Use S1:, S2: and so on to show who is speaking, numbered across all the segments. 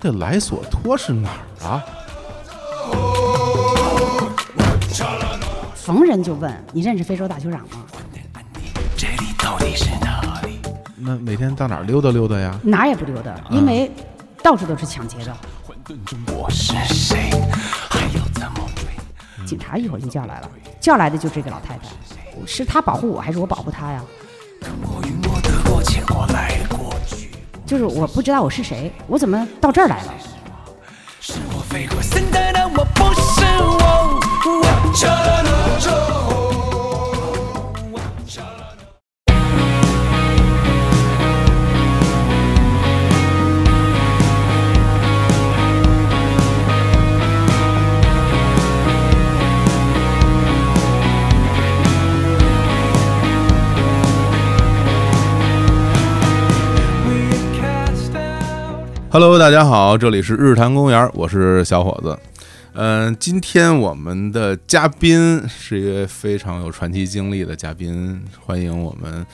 S1: 这莱索托是哪儿啊？
S2: 逢人就问你认识非洲大酋长吗？
S3: 这里到底是哪里？
S1: 那每天到哪儿溜达溜达呀？
S2: 哪儿也不溜达，
S1: 嗯
S2: 因为到处都是抢劫的。
S3: 混沌中我是谁？还要怎么追？
S1: 嗯
S2: 警察一会儿就叫来了，叫来的就是这个老太太，是她保护我还是我保护她呀？
S3: 我云我得过且过来过去，
S2: 就是我不知道我是谁，我怎么到这儿来了？
S3: 是我飞过森的但我不是我。我这里
S1: Hello，大家好，这里是日坛公园，我是小伙子。嗯、今天我们的嘉宾是一位非常有传奇经历的嘉宾，欢迎我们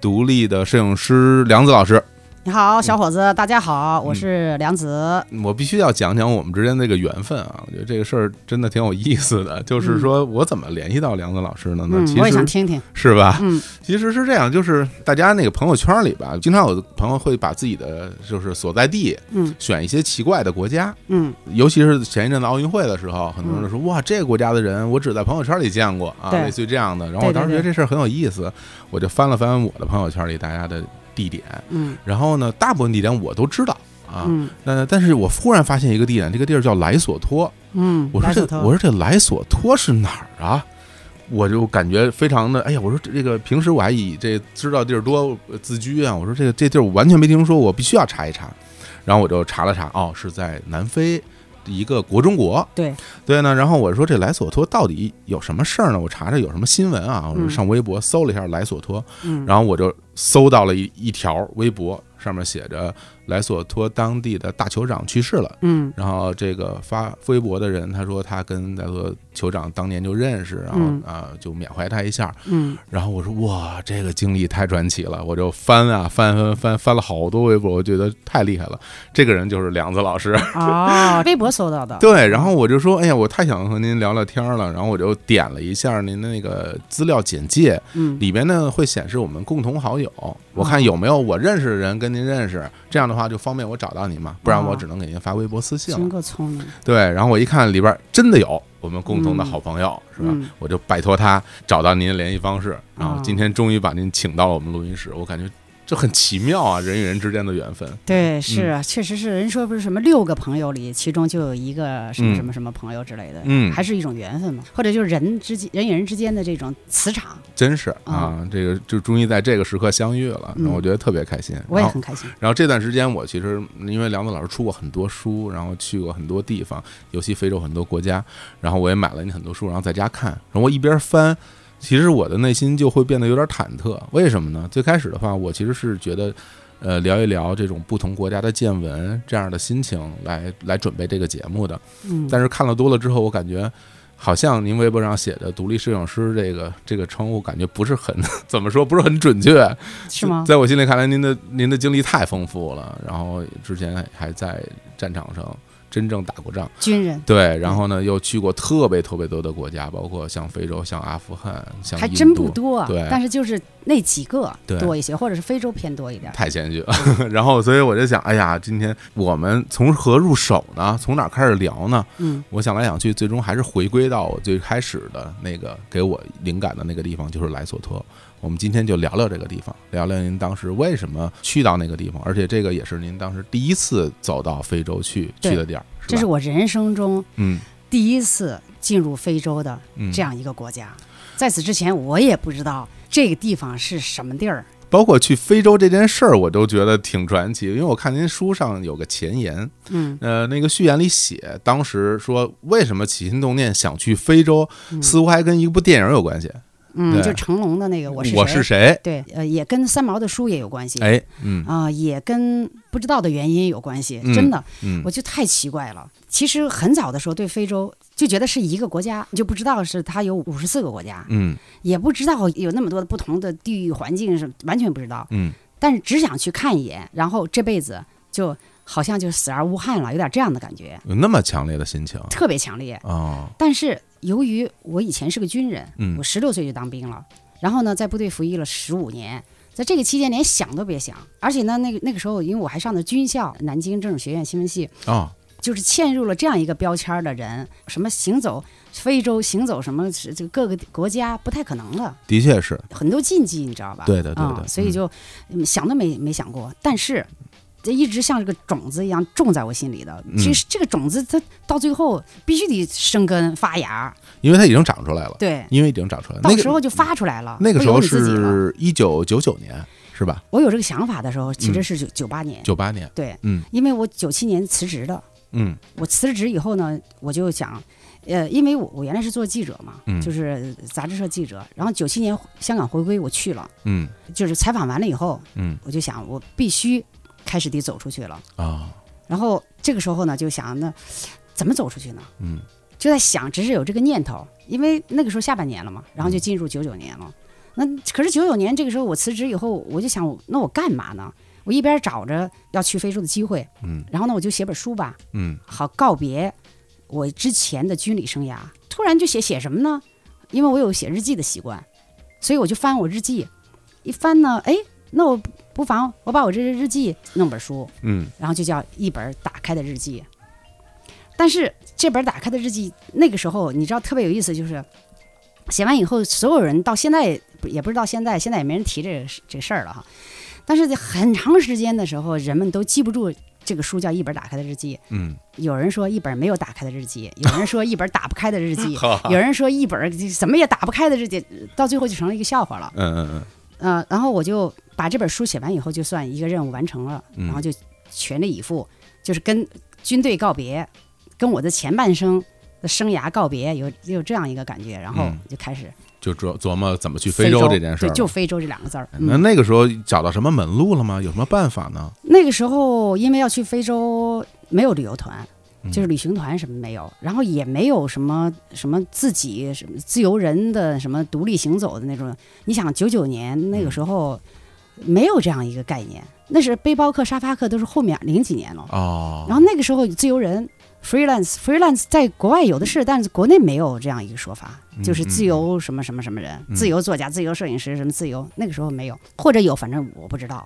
S1: 独立的摄影师梁子老师。
S2: 你好，小伙
S1: 嗯
S2: 子，大家好，我是梁子。
S1: 我必须要讲讲我们之间这个缘分啊，我觉得这个事儿真的挺有意思的。就是说我怎么联系到梁子老师的呢？
S2: 嗯
S1: 其，
S2: 我也想
S1: 实
S2: 听听。
S1: 是吧？
S2: 嗯，
S1: 其实是这样，就是大家那个朋友圈里吧，经常有的朋友会把自己的就是所在地，
S2: 嗯，
S1: 选一些奇怪的国家，
S2: 嗯，
S1: 尤其是前一阵子奥运会的时候，很多人都说、哇，这个国家的人我只在朋友圈里见过啊，
S2: 对
S1: 类似于这样的。然后我
S2: 对对
S1: 当时觉得
S2: 对
S1: 这事儿很有意思，我就翻了翻我的朋友圈里大家的地点，
S2: 嗯
S1: 然后呢，大部分地点我都知道啊。
S2: 嗯
S1: 那但是我忽然发现一个地点，这个地儿叫莱索托，
S2: 嗯，
S1: 我说
S2: 莱索
S1: 这
S2: 托
S1: 我说这莱索托是哪儿啊？我就感觉非常的，哎呀，我说这个平时我还以这知道地儿多呃自居啊，我说这个这地儿我完全没听说过，我必须要查一查。然后我就查了查，哦，是在南非一个国中国。
S2: 对
S1: 对呢，然后我说这莱索托到底有什么事儿呢？我查查有什么新闻啊，我就
S2: 嗯
S1: 上微博搜了一下莱索托，
S2: 嗯
S1: 然后我就搜到了一一条微博，上面写着莱索托当地的大酋长去世了。
S2: 嗯
S1: 然后这个发微博的人，他说他跟莱索酋长当年就认识，然后
S2: 嗯
S1: 啊、就缅怀他一下。
S2: 嗯
S1: 然后我说哇，这个经历太传奇了，我就翻啊翻翻翻翻了好多微博，我觉得太厉害了。这个人就是梁子老师，
S2: 哦，微博搜到的。
S1: 对。然后我就说，哎呀，我太想和您聊聊天了。然后我就点了一下您的那个资料简介，
S2: 嗯
S1: 里边呢会显示我们共同好友，我看有没有我认识的人跟您认识，这样的话就方便我找到您嘛，不然我
S2: 哦
S1: 只能给您发微博私信了
S2: 真。够聪明，
S1: 对，然后我一看里边真的有我们共同的好朋友，是吧？
S2: 嗯
S1: 我就拜托他找到您的联系方式，然后
S2: 哦
S1: 今天终于把您请到了我们录音室，我感觉这很奇妙啊，人与人之间的缘分。
S2: 对，是
S1: 嗯
S2: 啊，确实是。人说不是什么六个朋友里，其中就有一个什
S1: 嗯
S2: 么什么什么朋友之类的，
S1: 嗯
S2: 还是一种缘分嘛，或者就是人之间、人与人之间的这种磁场，
S1: 真是啊，这个就终于在这个时刻相遇了，
S2: 嗯
S1: 然后我觉得特别开心。
S2: 我也
S1: 然后
S2: 很开心。
S1: 然后这段时间，我其实因为梁子老师出过很多书，然后去过很多地方，尤其非洲很多国家，然后我也买了你很多书，然后在家看，然后我一边翻，其实我的内心就会变得有点忐忑。为什么呢？最开始的话，我其实是觉得，呃，聊一聊这种不同国家的见闻这样的心情来来准备这个节目的。
S2: 嗯，
S1: 但是看了多了之后，我感觉。好像您微博上写的“独立摄影师”这个这个称呼，感觉不是很 怎么说，不是很准确。
S2: 是吗？
S1: 在我心里看来，您的您的经历太丰富了。然后之前还在战场上真正打过仗，
S2: 军人
S1: 对，然后呢又去过特别特别多的国家，包括像非洲、像阿富汗、像
S2: 还
S1: 嗯印
S2: 真
S1: 度
S2: 不多啊
S1: 对，
S2: 但是就是那几个
S1: 对
S2: 多一些，或者是非洲偏多一点。
S1: 太谦虚 了。然后所以我就想，哎呀，今天我们从何入手呢？从哪儿开始聊呢？
S2: 嗯
S1: 我想来想去，最终还是回归到我最开始的那个给我灵感的那个地方，就是莱索托。我们今天就聊聊这个地方，聊聊您当时为什么去到那个地方，而且这个也是您当时第一次走到非洲去
S2: 对
S1: 去的地儿，
S2: 这是
S1: 吧？
S2: 我人生中
S1: 嗯
S2: 第一次进入非洲的
S1: 嗯，
S2: 这。样一个国家，在此之前我也不知道这个地方是什么地儿。
S1: 包括去非洲这件事儿，我都觉得挺传奇，因为我看您书上有个前言，
S2: 嗯，
S1: 呃，那个序言里写，当时说为什么起心动念想去非洲，
S2: 嗯
S1: 似乎还跟一部电影有关系。
S2: 嗯，
S1: 对
S2: 就成龙的那个我是
S1: 我
S2: 谁
S1: 是谁？
S2: 对，呃，也跟三毛的书也有关系。
S1: 哎，嗯
S2: 啊、也跟不知道的原因有关系，
S1: 嗯
S2: 真的，
S1: 嗯
S2: 我，就太奇怪了。其实很早的时候对非洲，就觉得是一个国家，你就不知道是它有五十四个国家，
S1: 嗯
S2: 也不知道有那么多的不同的地域环境，是完全不知道。
S1: 嗯，
S2: 但是只想去看一眼，然后这辈子就好像就死而无憾了，有点这样的感觉，
S1: 有那么强烈的心情
S2: 特别强烈。
S1: 哦，
S2: 但是由于我以前是个军人，
S1: 嗯
S2: 我十六岁就当兵了，然后呢，在部队服役了十五年，在这个期间连想都别想，而且呢，那个那个时候，因为我还上的军校，南京政治学院新闻系，
S1: 哦，
S2: 就是嵌入了这样一个标签儿的人，什么行走非洲、行走什么这个各个国家不太可能了，
S1: 的确是，
S2: 很多禁忌，你知道吧？
S1: 对的对
S2: 啊
S1: 的
S2: 所以就、嗯想都没没想过，但是。这一直像这个种子一样种在我心里的，
S1: 嗯
S2: 其实这个种子它到最后必须得生根发芽，
S1: 因为它已经长出来了，
S2: 对，
S1: 因为已经长出来了。
S2: 到
S1: 那
S2: 时
S1: 个
S2: 候就发出来了。
S1: 那个
S2: 会
S1: 时
S2: 有
S1: 候
S2: 你自己了
S1: 是一九九九年是吧？
S2: 我有这个想法的时候，其实是九九八年，
S1: 嗯九八年，
S2: 对，
S1: 嗯
S2: 因为我九七年辞职的。
S1: 嗯
S2: 我辞职以后呢，我就想，呃，因为我我原来是做记者嘛，
S1: 嗯
S2: 就是杂志社记者。然后九七年香港回归，我去了，
S1: 嗯
S2: 就是采访完了以后，
S1: 嗯
S2: 我就想我必须开始得走出去了。
S1: 啊
S2: 然后这个时候呢，就想那怎么走出去呢？
S1: 嗯
S2: 就在想，只是有这个念头，因为那个时候下半年了嘛，然后就进入九九年了。那可是九九年这个时候我辞职以后，我就想，那我干嘛呢？我一边找着要去非洲的机会，
S1: 嗯
S2: 然后呢，我就写本书吧，
S1: 嗯
S2: 好告别我之前的军旅生涯。突然就写写什么呢？因为我有写日记的习惯，所以我就翻我日记，一翻呢，哎，那我不妨我把我这日记弄本书，
S1: 嗯
S2: 然后就叫一本打开的日记。但是这本打开的日记，那个时候你知道特别有意思，就是写完以后，所有人到现在不也不是到现在，现在也没人提这个事这个事儿了哈。但是在很长时间的时候，人们都记不住这个书叫一本打开的日记。
S1: 嗯，
S2: 有人说一本没有打开的日记，有人说一本打不开的日记
S1: 好，
S2: 有人说一本怎么也打不开的日记，到最后就成了一个笑话了。
S1: 嗯嗯嗯
S2: 呃，然后我就把这本书写完以后，就算一个任务完成了，
S1: 嗯
S2: 然后就全力以赴，就是跟军队告别，跟我的前半生的生涯告别，有有这样一个感觉，然后
S1: 嗯
S2: 就开始
S1: 就琢琢磨怎么去
S2: 非
S1: 非洲这件事儿
S2: 对，
S1: 了。
S2: 就非洲这两个字儿。
S1: 那
S2: 嗯，
S1: 那个时候找到什么门路了吗？有什么办法呢？
S2: 那个时候因为要去非洲，没有旅游团。就是旅行团什么没有，然后也没有什么什么自己什么自由人的什么独立行走的那种。你想九九年那个时候没有这样一个概念，那是背包客、沙发客都是后面零几年了。
S1: 哦，
S2: 然后那个时候自由人 freelance freelance 在国外有的
S1: 嗯
S2: 是，但是国内没有这样一个说法，就是自由什么什么什么人，
S1: 嗯
S2: 自由作家、自由摄影师什么自由，那个时候没有，或者有，反正我不知道。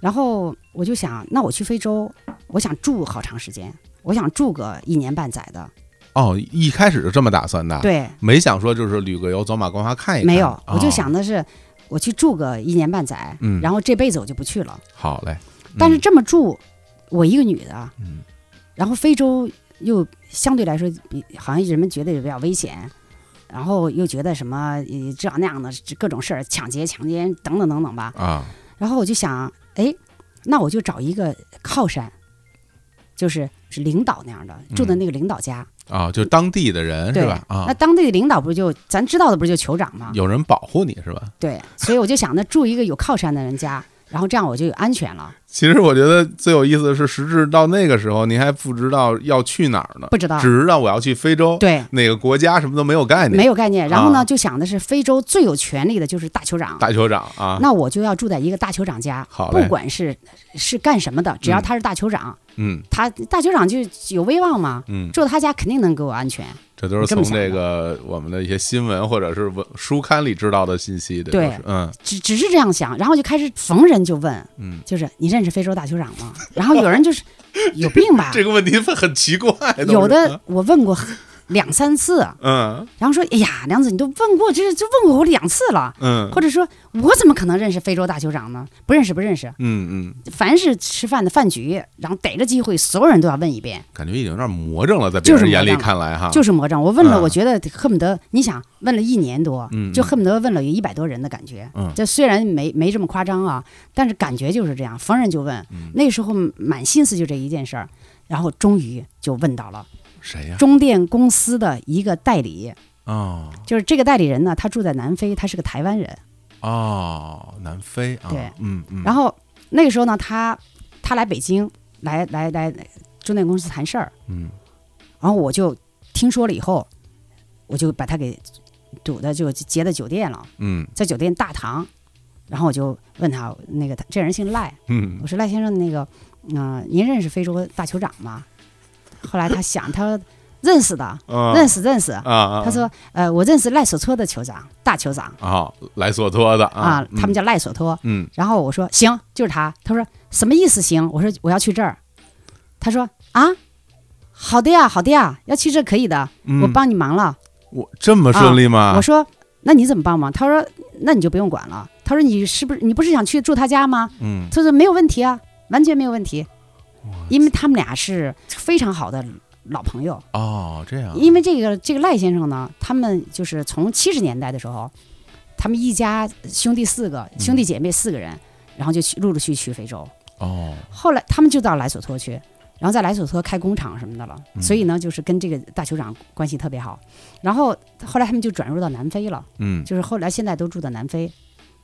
S2: 然后我就想，那我去非洲，我想住好长时间，我想住个一年半载的。
S1: 哦，一开始就这么打算的，，
S2: 对，
S1: 没想说就是旅个游，走马观花看一啊看。
S2: 没有，我就
S1: 哦
S2: 想的是，我去住个一年半载，
S1: 嗯
S2: 然后这辈子我就不去了。
S1: 好嘞，
S2: 但是这么住，我一个女的，啊
S1: 嗯
S2: 然后非洲又相对来说比好像人们觉得也比较危险，然后又觉得什么呃这样那样的这各种事儿，抢劫、强奸等等等等吧。
S1: 啊，
S2: 然后我就想，哎，那我就找一个靠山，就是是领导那样的，住的那个领导家，
S1: 啊，就是当地的人
S2: 对
S1: 是吧？嗯啊
S2: 那，当地的领导不是就咱知道的不是就酋长吗？
S1: 有人保护你是吧？
S2: 对，所以我就想，那住一个有靠山的人家，然后这样我就有安全了。
S1: 其实我觉得最有意思的是，时至到那个时候，您还不知道要去哪儿呢，
S2: 不知道
S1: 只知道我要去非洲，
S2: 对
S1: 哪个国家什么都没有概念，
S2: 没有概念，然后呢，
S1: 啊
S2: 就想的是非洲最有权力的就是大酋长，
S1: 大酋长啊，
S2: 那我就要住在一个大酋长家，
S1: 好嘞
S2: 不管是是干什么的，只要他是大酋长，
S1: 嗯
S2: 他大酋长就有威望嘛，
S1: 嗯，
S2: 住他家肯定能给我安全。
S1: 这都是
S2: 这么
S1: 从
S2: 想的
S1: 这个我们的一些新闻或者是文书刊里知道的信息的，
S2: 对
S1: 都是嗯
S2: 只只是这样想，然后就开始逢人就问，
S1: 嗯，
S2: 就是你认识非洲大酋长吗？ 然后有人就是有病吧，
S1: 这个问题很奇怪，都是
S2: 有的我问过两三次，
S1: 嗯
S2: 然后说哎呀，梁子你都问过，这就问过我两次了，
S1: 嗯
S2: 或者说我怎么可能认识非洲大酋长呢？不认识不认识，
S1: 嗯嗯，
S2: 凡是吃饭的饭局，然后逮着机会，所有人都要问一遍，
S1: 感觉已经有点魔怔了，在别
S2: 就是
S1: 人
S2: 魔
S1: 眼里
S2: 怔了
S1: 看来哈，
S2: 就是魔怔。我问了，
S1: 嗯
S2: 我觉得恨不得你想问了一年多，
S1: 嗯
S2: 就恨不得问了有一百多人的感觉。
S1: 嗯
S2: 这虽然没没这么夸张啊，但是感觉就是这样，逢人就问。
S1: 嗯
S2: 那时候满心思就这一件事儿，然后终于就问到了
S1: 谁呀？
S2: 中电公司的一个代理，
S1: 哦
S2: 就是这个代理人呢，他住在南非，他是个台湾人，
S1: 哦，南非啊，
S2: 对
S1: 嗯嗯，
S2: 然后那个时候呢，他他来北京来来来中电公司谈事儿，
S1: 嗯
S2: 然后我就听说了以后，我就把他给堵的就接到酒店了，
S1: 嗯
S2: 在酒店大堂，然后我就问他那个他这人姓赖，
S1: 嗯
S2: 我说赖先生，那个，嗯、您认识非洲大酋长吗？后来他想，他说认识的，
S1: 啊
S2: 认识认识。
S1: 啊啊，
S2: 他说，呃，我认识赖索托的酋长，大酋长
S1: 啊，莱索托的
S2: 啊，他们
S1: 家
S2: 叫赖索托。
S1: 嗯
S2: 然后我说行，就是他。他说什么意思行？我说我要去这儿。他说啊，好的呀，好的呀，要去这儿可以的，
S1: 嗯，啊
S2: 我帮你忙了。
S1: 我这么顺利吗？
S2: 我说那你怎么帮忙？他说那你就不用管了。他说你是不是你不是想去住他家吗？
S1: 嗯
S2: 他说没有问题啊，完全没有问题，因为他们俩是非常好的老朋友。
S1: 哦这样，
S2: 因为这个这个赖先生呢，他们就是从七十年代的时候，他们一家兄弟四个兄
S1: 嗯
S2: 弟姐妹四个人，然后就去陆陆续续去非洲，
S1: 哦
S2: 后来他们就到莱索托去，然后在莱索托开工厂什么的了，
S1: 嗯
S2: 所以呢，就是跟这个大酋长关系特别好。然后后来他们就转入到南非了，
S1: 嗯
S2: 就是后来现在都住在南非，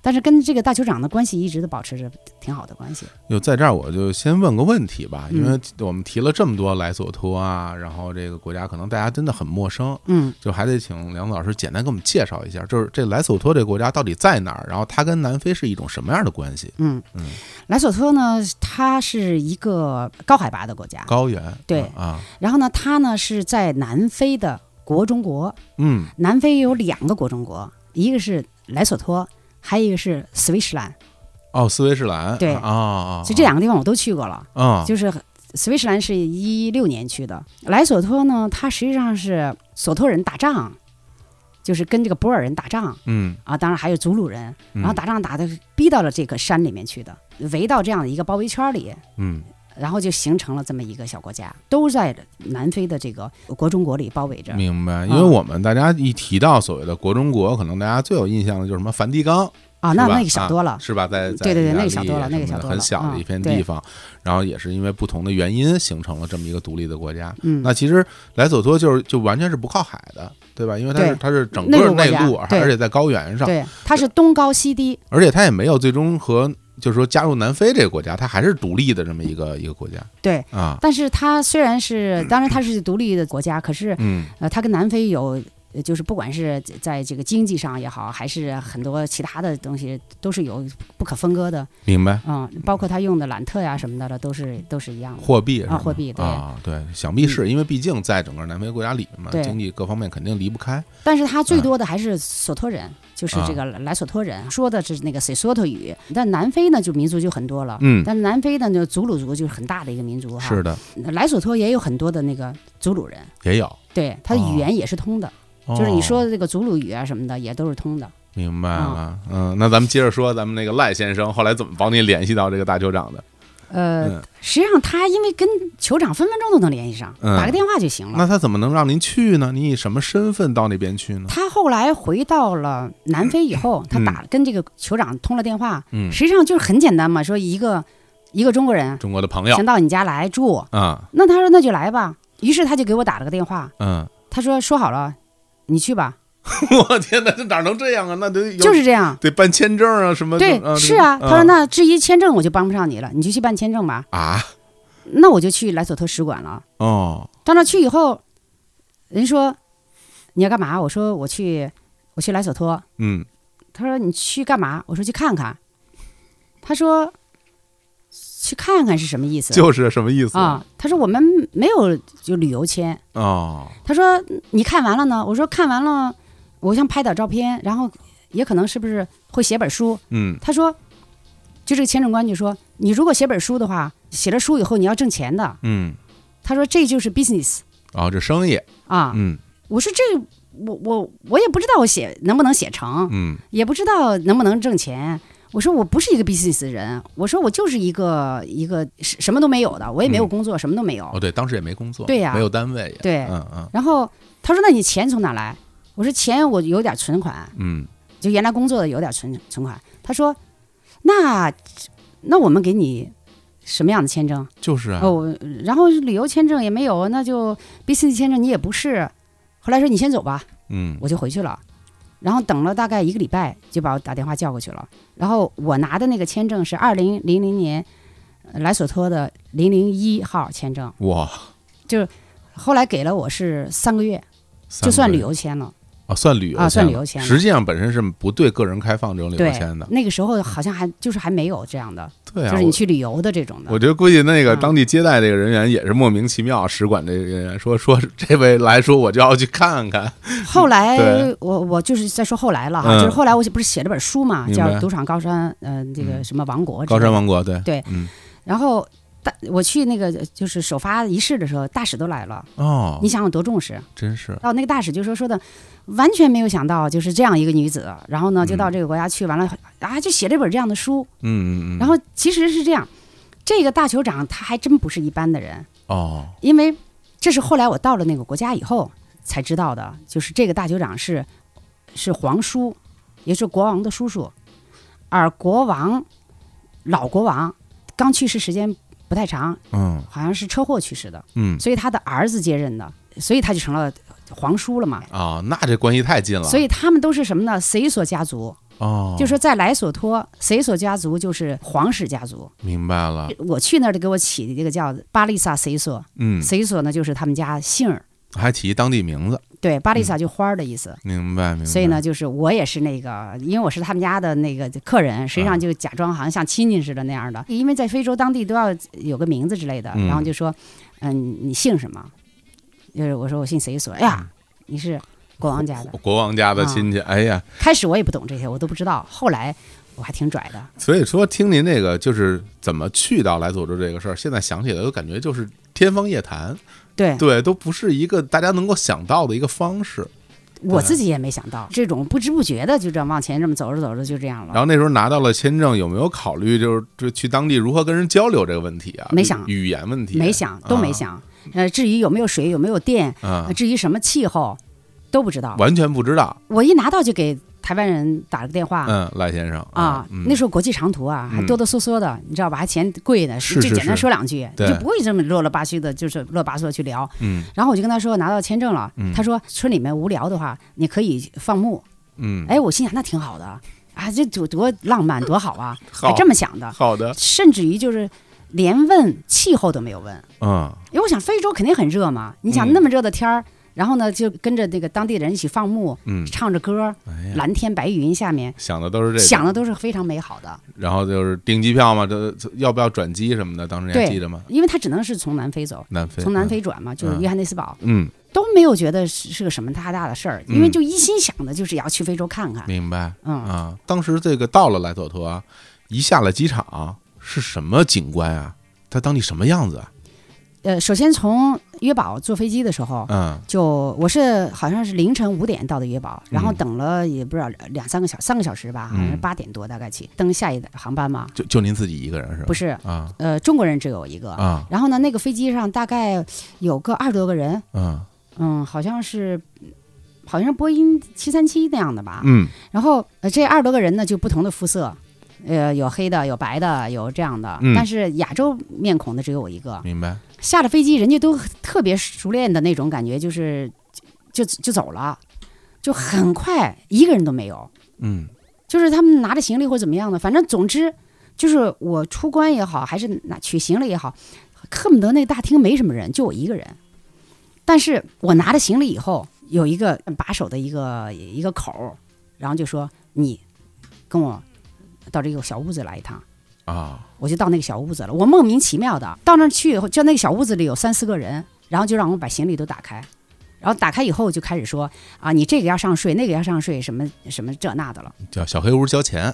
S2: 但是跟这个大酋长的关系一直都保持着挺好的关系。
S1: 哟，在这儿我就先问个问题吧，
S2: 嗯
S1: 因为我们提了这么多莱索托啊，然后这个国家可能大家真的很陌生，
S2: 嗯，
S1: 就还得请梁子老师简单给我们介绍一下，就是这莱索托这个国家到底在哪儿，然后它跟南非是一种什么样的关系？
S2: 嗯
S1: 嗯，
S2: 莱索托呢，它是一个高海拔的国家，
S1: 高原
S2: 对
S1: 啊，
S2: 然后呢，它呢是在南非的国中国，
S1: 嗯
S2: 南非有两个国中国，一个是莱索托，还有一个是斯威士兰，
S1: 哦，斯威士兰
S2: 对
S1: 啊啊，
S2: 所以这两个地方我都去过了，
S1: 啊
S2: 就是。斯威士兰是一六年去的，莱索托呢，它实际上是索托人打仗，就是跟这个博尔人打仗
S1: 嗯，
S2: 啊，当然还有祖鲁人，
S1: 然
S2: 然后打仗打的逼到了这个山里面去的，围到这样的一个包围圈里，
S1: 嗯
S2: 然后就形成了这么一个小国家，都在南非的这个国中国里包围着。
S1: 明白，因为我们大家一提到所谓的国中国，可能大家最有印象的就是什么梵蒂冈，
S2: 啊，那
S1: 是吧
S2: 那个少多了。嗯
S1: 是吧？在在
S2: 对对
S1: 意大
S2: 对
S1: 利
S2: 那个小多了那个小多了
S1: 很小的一片
S2: 嗯对
S1: 地方，然后也是因为不同的原因形成了这么一个独立的国家。
S2: 嗯，
S1: 那其实莱索托就是就完全是不靠海的，对吧？因为它是
S2: 对
S1: 它是整
S2: 内
S1: 个
S2: 陆国
S1: 内
S2: 家
S1: 陆，
S2: 对
S1: 而且在高原上，
S2: 对，它是东高西低。
S1: 而且它也没有最终和就是说加入南非这个国家，它还是独立的这么一个一个国家
S2: 对，
S1: 啊。
S2: 但是它虽然是，当然它是独立的国家，可是
S1: 嗯
S2: 呃，它跟南非有，呃就是不管是在这个经济上也好，还是很多其他的东西，都是有不可分割的。
S1: 明白。
S2: 嗯，包括它用的兰特呀什么的了，都是都是一样的。
S1: 货币是
S2: 啊
S1: 吗
S2: 货币对嗯
S1: 啊，对，想必是因为毕竟在整个南非国家里面嘛，
S2: 对
S1: 经济各方面肯定离不开。
S2: 但是它
S1: 嗯
S2: 最多的还是索托人，就是
S1: 啊
S2: 这个莱索托人说的是那个 Sesotho 语，但南非呢就民族就很多了。
S1: 嗯，
S2: 但南非呢，就祖鲁族就是很大的一个民族哈。
S1: 是的，
S2: 莱索托也有很多的那个祖鲁人，
S1: 也有，
S2: 对，它的
S1: 哦
S2: 语言也是通的，就是你
S1: 哦
S2: 说的这个祖鲁语啊什么的也都是通的。
S1: 明白了，嗯，那咱们接着说咱们那个赖先生后来怎么帮您联系到这个大酋长的？
S2: 呃，
S1: 嗯
S2: 实际上他因为跟酋长分分钟都能联系上，
S1: 嗯
S2: 打个电话就行了。
S1: 那他怎么能让您去呢？您以什么身份到那边去呢？
S2: 他后来回到了南非以后，他打跟这个酋长通了电话，
S1: 嗯
S2: 实际上就是很简单嘛，说一个一个中国人
S1: 中国的朋友
S2: 想到你家来住，
S1: 啊，
S2: 那他说那就来吧，于是他就给我打了个电话，
S1: 嗯，
S2: 他说说好了，你去吧，
S1: 我天哪，这哪能这样啊？那得有
S2: 就是这样。
S1: 得办签证啊，什么
S2: 对，
S1: 的
S2: 是啊，他说
S1: 嗯
S2: 那至于签证我就帮不上你了，你就去办签证吧。
S1: 啊
S2: 那我就去莱索托使馆了。
S1: 哦
S2: 到那去以后，人说你要干嘛？我说我去，我去莱索托。
S1: 嗯
S2: 他说你去干嘛？我说去看看。他说去看看是什么意思？
S1: 就是什么意思
S2: 啊，他说我们没有就旅游签。
S1: 哦
S2: 他说你看完了呢？我说看完了，我想拍点照片，然后也可能是不是会写本书？
S1: 嗯
S2: 他说，就这个签证官就说，你如果写本书的话，写了书以后你要挣钱的。
S1: 嗯
S2: 他说这就是 business
S1: 哦这生意
S2: 啊。
S1: 嗯
S2: 我说这我我我也不知道我写能不能写成，
S1: 嗯
S2: 也不知道能不能挣钱。我说我不是一个 business 人，我说我就是一个一个什什么都没有的，我也没有
S1: 嗯
S2: 工作，什么都没有。
S1: 哦对，当时也没工作，
S2: 对呀
S1: 没有单位也
S2: 对
S1: 嗯嗯
S2: 然后他说那你钱从哪来？我说钱我有点存款，
S1: 嗯
S2: 就原来工作的有点存存款。他说那那我们给你什么样的签证？
S1: 就是啊
S2: 哦，然后旅游签证也没有，那就 business 签证你也不是。后来说你先走吧，
S1: 嗯
S2: 我就回去了。然后等了大概一个礼拜，就把我打电话叫过去了。然后我拿的那个签证是二零零零年呃莱索托的零零一号签证，
S1: 哇
S2: 后来给了我是三个月，
S1: 三
S2: 就算
S1: 个
S2: 旅
S1: 人
S2: 游签了。
S1: 啊，算旅游
S2: 啊算
S1: 签
S2: 旅
S1: 了
S2: 游签了
S1: 实际上本身是不对个人开放这种旅游
S2: 对
S1: 签的，。
S2: 那个时候好像还就是还没有这样的，
S1: 对啊，
S2: 就是
S1: 我
S2: 你去旅游的这种
S1: 我
S2: 的。
S1: 觉得估计那个
S2: 嗯
S1: 当地接待这个人员也是莫名其妙，使馆这个人员说说这位来说我就要去看看，
S2: 后来
S1: 对
S2: 我我就是在说后来了
S1: 嗯
S2: 哈，就是后来我不是写了本书嘛，
S1: 明
S2: 叫
S1: 白
S2: 《赌场高山》，嗯，这个
S1: 嗯
S2: 什么王国之
S1: 高
S2: 类的。
S1: 山王国对
S2: 对
S1: 嗯
S2: 然后大我去那个就是首发仪式的时候，大使都来了，
S1: 哦
S2: 你，想想多重视。
S1: 真是
S2: 到那个大使就说说的，完全没有想到就是这样一个女子，然后呢就到这个国家去，完了啊就写了本这样的书，
S1: 嗯嗯嗯，
S2: 然后其实是这样，这个大酋长他还真不是一般的人，
S1: 哦
S2: 因为这是后来我到了那个国家以后才知道的，就是这个大酋长是是皇叔，也是国王的叔叔，而国王老国王刚去世时间不太长，
S1: 嗯
S2: 好像是车祸去世的，
S1: 嗯
S2: 所以他的儿子接任的，所以他就成了皇叔了嘛。
S1: 啊，那这关系太近了，
S2: 所以他们都是什么呢？谁索家族，
S1: 哦，
S2: 就说在莱索托，谁索家族就是皇室家族。
S1: 明白了，
S2: 我去那儿就给我起的这个叫巴丽萨谁索，
S1: 嗯，
S2: 谁索呢就是他们家姓儿，
S1: 还提当地名字，
S2: 对，巴丽萨就花儿的意思。
S1: 嗯明白明白，
S2: 所以呢，就是我也是那个，因为我是他们家的那个客
S1: 啊
S2: 人，实际上就假装好像像亲戚似的那样的。因为在非洲当地都要有个名字之类的，
S1: 嗯
S2: 然后就说，嗯，你姓什么？就是我说我姓谁索，哎
S1: 嗯
S2: 呀，你是国王家的。
S1: 国王家
S2: 啊
S1: 的亲戚，哎呀，
S2: 开始我也不懂这些，我都不知道，后来我还挺拽的。
S1: 所以说听您这个就是怎么去到莱索州这个事儿，现在想起来都感觉就是天方夜谭，
S2: 对
S1: 对，都不是一个大家能够想到的一个方式。
S2: 啊我自己也没想到，这种不知不觉的就这样往前这么走着走着就这样
S1: 然
S2: 了。
S1: 后那时候拿到了签证，有没有考虑就是就去当地如何跟人交流这个问题啊？
S2: 没想
S1: 语言问题，
S2: 没想都没想，呃，至于有没有水，有没有电，呃
S1: 啊，
S2: 至于什么气候，都不知道
S1: 啊。完全不知道。
S2: 我一拿到就给台湾人打了个电话。
S1: 嗯，赖先生嗯
S2: 啊，那
S1: 时
S2: 时候国际长途啊，还哆哆嗦嗦的，你知道吧？还嫌贵呢，
S1: 是是
S2: 就简单
S1: 是
S2: 说两句，
S1: 对
S2: 就不会这么啰啰吧嗦的，就是啰吧嗦去聊。
S1: 嗯
S2: 然后我就跟他说拿到签证了，
S1: 嗯
S2: 他说村里面无聊的话，你可以放牧，
S1: 嗯，
S2: 哎，我心想那挺好的啊，这多多浪漫，多好啊，还
S1: 好
S2: 这么想的，
S1: 好的，
S2: 甚至于就是连问气候都没有问，
S1: 嗯
S2: 因为我想非洲肯定很热嘛，你
S1: 嗯
S2: 想那么热的天儿，然后呢就跟着那个当地人一起放牧，
S1: 嗯，
S2: 唱着歌儿，
S1: 哎呀，
S2: 蓝天白云下面。
S1: 想的嗯都是这个，
S2: 想的都是非常美好的，
S1: 然后就是订机票嘛，这这要不要转机什么的，当时你还
S2: 对
S1: 记得吗？
S2: 因为他只能是从南非走，
S1: 南非，
S2: 从南非转嘛，就是
S1: 嗯
S2: 约翰内斯堡，
S1: 嗯，
S2: 都没有觉得是是个什么太大的事儿，因为
S1: 嗯
S2: 就一心想的就是要去非洲看看
S1: 嗯，。明白
S2: 嗯，
S1: 啊。当时这个到了莱索托啊，一下了机场是什么景观啊？它当地什么样子啊？
S2: 呃，首先从约堡坐飞机的时候，
S1: 嗯，
S2: 就我是好像是凌晨五点到的野堡，然后
S1: 嗯
S2: 等了也不知道两三个小三个小时吧，好像是
S1: 嗯
S2: 八点多大概起登下一航班嘛，
S1: 就就您自己一个人是吧？
S2: 不是，
S1: 啊
S2: 呃，中国人只有一个。
S1: 啊
S2: 然后呢，那个飞机上大概有个二十多个人，
S1: 嗯
S2: 嗯，好像是好像是波音七三七那样的吧。
S1: 嗯
S2: 然后呃，这二十多个人呢，就不同的肤色，呃，有黑的，有白的，有这样的，
S1: 嗯
S2: 但是亚洲面孔的只有我一个。
S1: 明白。
S2: 下了飞机，人家都特别熟练的那种感觉，就是就就就走了，就很快，一个人都没有。
S1: 嗯
S2: 就是他们拿着行李或者怎么样的，反正总之就是我出关也好，还是拿取行李也好，恨不得那大厅没什么人，就我一个人。但是我拿着行李以后，有一个把手的一个一个口儿，然后就说你跟我到这个小屋子来一趟。
S1: 啊
S2: 我就到那个小屋子了。我莫名其妙的到那儿去以后，就那个小屋子里有三四个人，然后就让我把行李都打开，然后打开以后就开始说啊，你这个要上税，那个要上税，什么什么这那的了。
S1: 叫小黑屋交钱。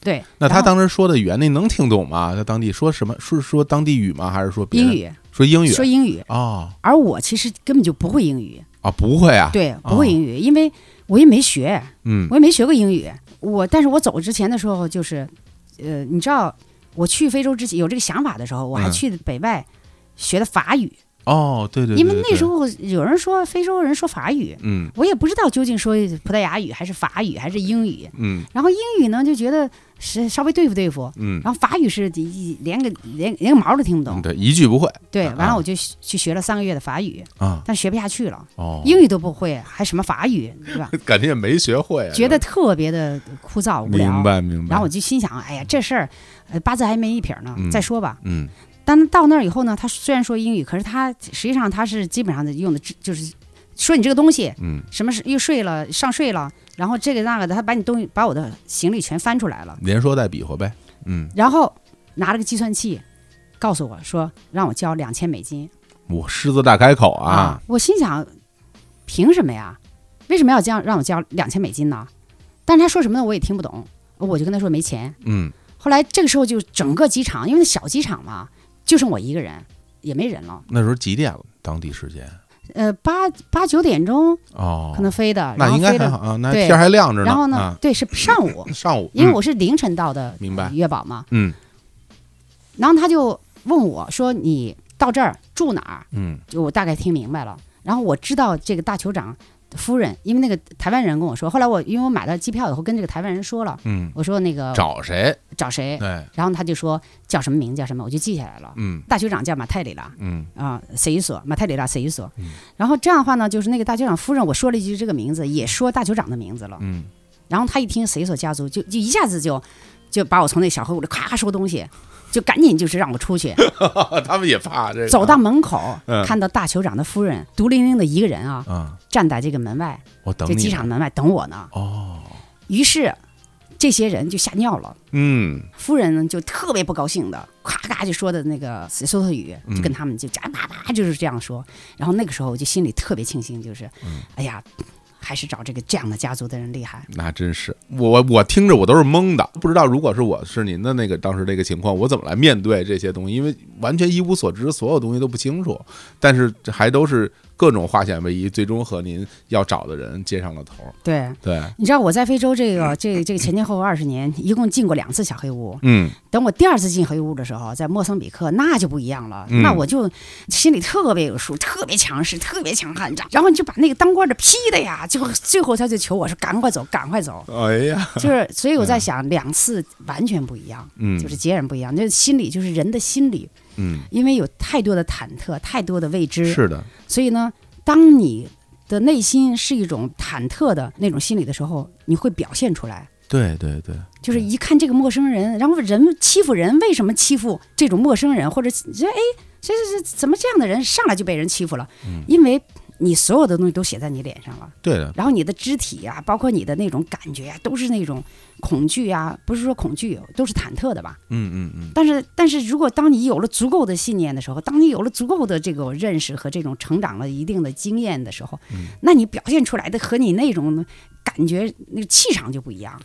S2: 对，
S1: 那他
S2: 然后
S1: 当时说的语言，你能听懂吗？在当地说什么？是说当地语吗？还是说别人
S2: 英？语
S1: 说英语啊
S2: 说英语，
S1: 哦
S2: 而我其实根本就不会英语，
S1: 啊，不会啊。，
S2: 对，
S1: 哦
S2: 不会英语，因为我也没学，
S1: 嗯
S2: 我也没学过英语。我但是我走之前的时候就是，呃，你知道我去非洲之前有这个想法的时候，我还
S1: 嗯
S2: 去北外学的法语，
S1: 哦，对对，
S2: 因
S1: 对
S2: 为
S1: 对
S2: 那时
S1: 对
S2: 候有人说非洲人说法语，
S1: 嗯
S2: 我也不知道究竟说葡萄牙语还是法语还是英语。
S1: 嗯
S2: 然后英语呢，就觉得是稍微对付对付，
S1: 嗯，
S2: 然后法语是一连个连连个毛都听不懂
S1: 嗯。对，一句不会
S2: 对，
S1: 啊
S2: 完了我就去去学了三个月的法语，
S1: 啊。
S2: 但学不下去了，
S1: 哦，
S2: 英语都不会，还什么法语， 对吧？
S1: 感觉也没学会啊，
S2: 觉得特别的枯燥无聊
S1: 明。白明白。
S2: 然后我就心想，哎呀，这事儿，呃，八字还没一撇呢
S1: 嗯，
S2: 再说吧。
S1: 嗯
S2: 但到那儿以后呢，他虽然说英语，可是他实际上他是基本上的用的就是说你这个东西
S1: 嗯，
S2: 什么是又睡了上税了，然后这个那个的，他把你东西把我的行李全翻出来了，
S1: 连说带比划呗，嗯，
S2: 然后拿了个计算器，告诉我说让我交两千美金
S1: 我狮子大开口啊，
S2: 我心想，凭什么呀？为什么要这样让我交两千美金呢？但是他说什么呢，我也听不懂，我就跟他说没钱。
S1: 嗯，
S2: 后来这个时候就整个机场，因为小机场嘛，就剩我一个人，也没人了。
S1: 那时候几点了？当地时间
S2: 呃，八八九点钟
S1: 哦
S2: 可，能飞的，然
S1: 那
S2: 后
S1: 应该
S2: 飞
S1: 还
S2: 的
S1: 好啊，那
S2: 对
S1: 天还亮着呢。
S2: 然后呢，
S1: 啊、，
S2: 对，是上午
S1: 上午，
S2: 因
S1: 嗯
S2: 为我是凌晨到的，
S1: 明白
S2: 月宝嘛。
S1: 嗯
S2: 然后他就问我说：“你到这儿住哪儿
S1: 嗯？”
S2: 就我大概听明白了。然后我知道这个大酋长夫人，因为那个台湾人跟我说，后来我因为我买了机票以后跟这个台湾人说了，
S1: 嗯，
S2: 我说那个
S1: 找谁？
S2: 找谁，
S1: 对，
S2: 然后他就说叫什么名叫什么，我就记下来了。
S1: 嗯
S2: 大酋长叫马泰里拉。
S1: 嗯
S2: 啊，谁一所马泰里拉谁一所，然后这样的话呢，就是那个大酋长夫人，我说了一句这个名字，也说大酋长的名字了，
S1: 嗯，
S2: 然后他一听谁所家族，就就一下子就就把我从那小黑屋里咔收东西，就赶紧就是让我出去。
S1: 他们也怕这个。
S2: 走到门口，
S1: 嗯
S2: 看到大酋长的夫人独零零的一个人啊，
S1: 啊，
S2: 站在这个门外，
S1: 我等
S2: 这
S1: 你。
S2: 机场门外等我呢。
S1: 哦，
S2: 于是这些人就吓尿了。
S1: 嗯
S2: 夫人呢就特别不高兴的，咔咔就说的那个斯索特语，
S1: 嗯
S2: 就跟他们就叭叭叭就是这样说。然后那个时候我就心里特别庆幸，就是，
S1: 嗯
S2: 哎呀，还是找这个这样的家族的人厉害。
S1: 那真是我我我听着我都是懵的，不知道如果是我是您的那个当时这个情况，我怎么来面对这些东西？因为完全一无所知，所有东西都不清楚，但是这还都是各种化险为夷，最终和您要找的人接上了头。
S2: 对，
S1: 对，
S2: 你知道我在非洲这个这这个前前后后二十年，一共进过两次小黑屋。
S1: 嗯
S2: 等我第二次进黑屋的时候，在莫桑比克那就不一样了，
S1: 嗯，
S2: 那我就心里特别有数，特别强势，特别强悍，然后你就把那个当官的批的呀，就最后他就求我说赶快走，赶快走
S1: 哎呀，
S2: 就是所以我在想，两次完全不一样，
S1: 嗯，
S2: 就是截然不一样，就是心理就是人的心理，
S1: 嗯，
S2: 因为有太多的忐忑，太多的未知，
S1: 是的，
S2: 所以呢，当你的内心是一种忐忑的那种心理的时候，你会表现出来。
S1: 对对对，
S2: 就是一看这个陌生人，然后人欺负人，为什么欺负这种陌生人？或者这哎，这这这怎么这样的人上来就被人欺负了？
S1: 嗯
S2: 因为你所有的东西都写在你脸上了，
S1: 对的，
S2: 然后你的肢体啊，包括你的那种感觉啊，都是那种恐惧啊，不是说恐惧，都是忐忑的吧？
S1: 嗯嗯嗯，
S2: 但是，但是如果当你有了足够的信念的时候，当你有了足够的这个认识和这种成长了一定的经验的时候，
S1: 嗯
S2: 那你表现出来的和你那种感觉那个气场就不一样。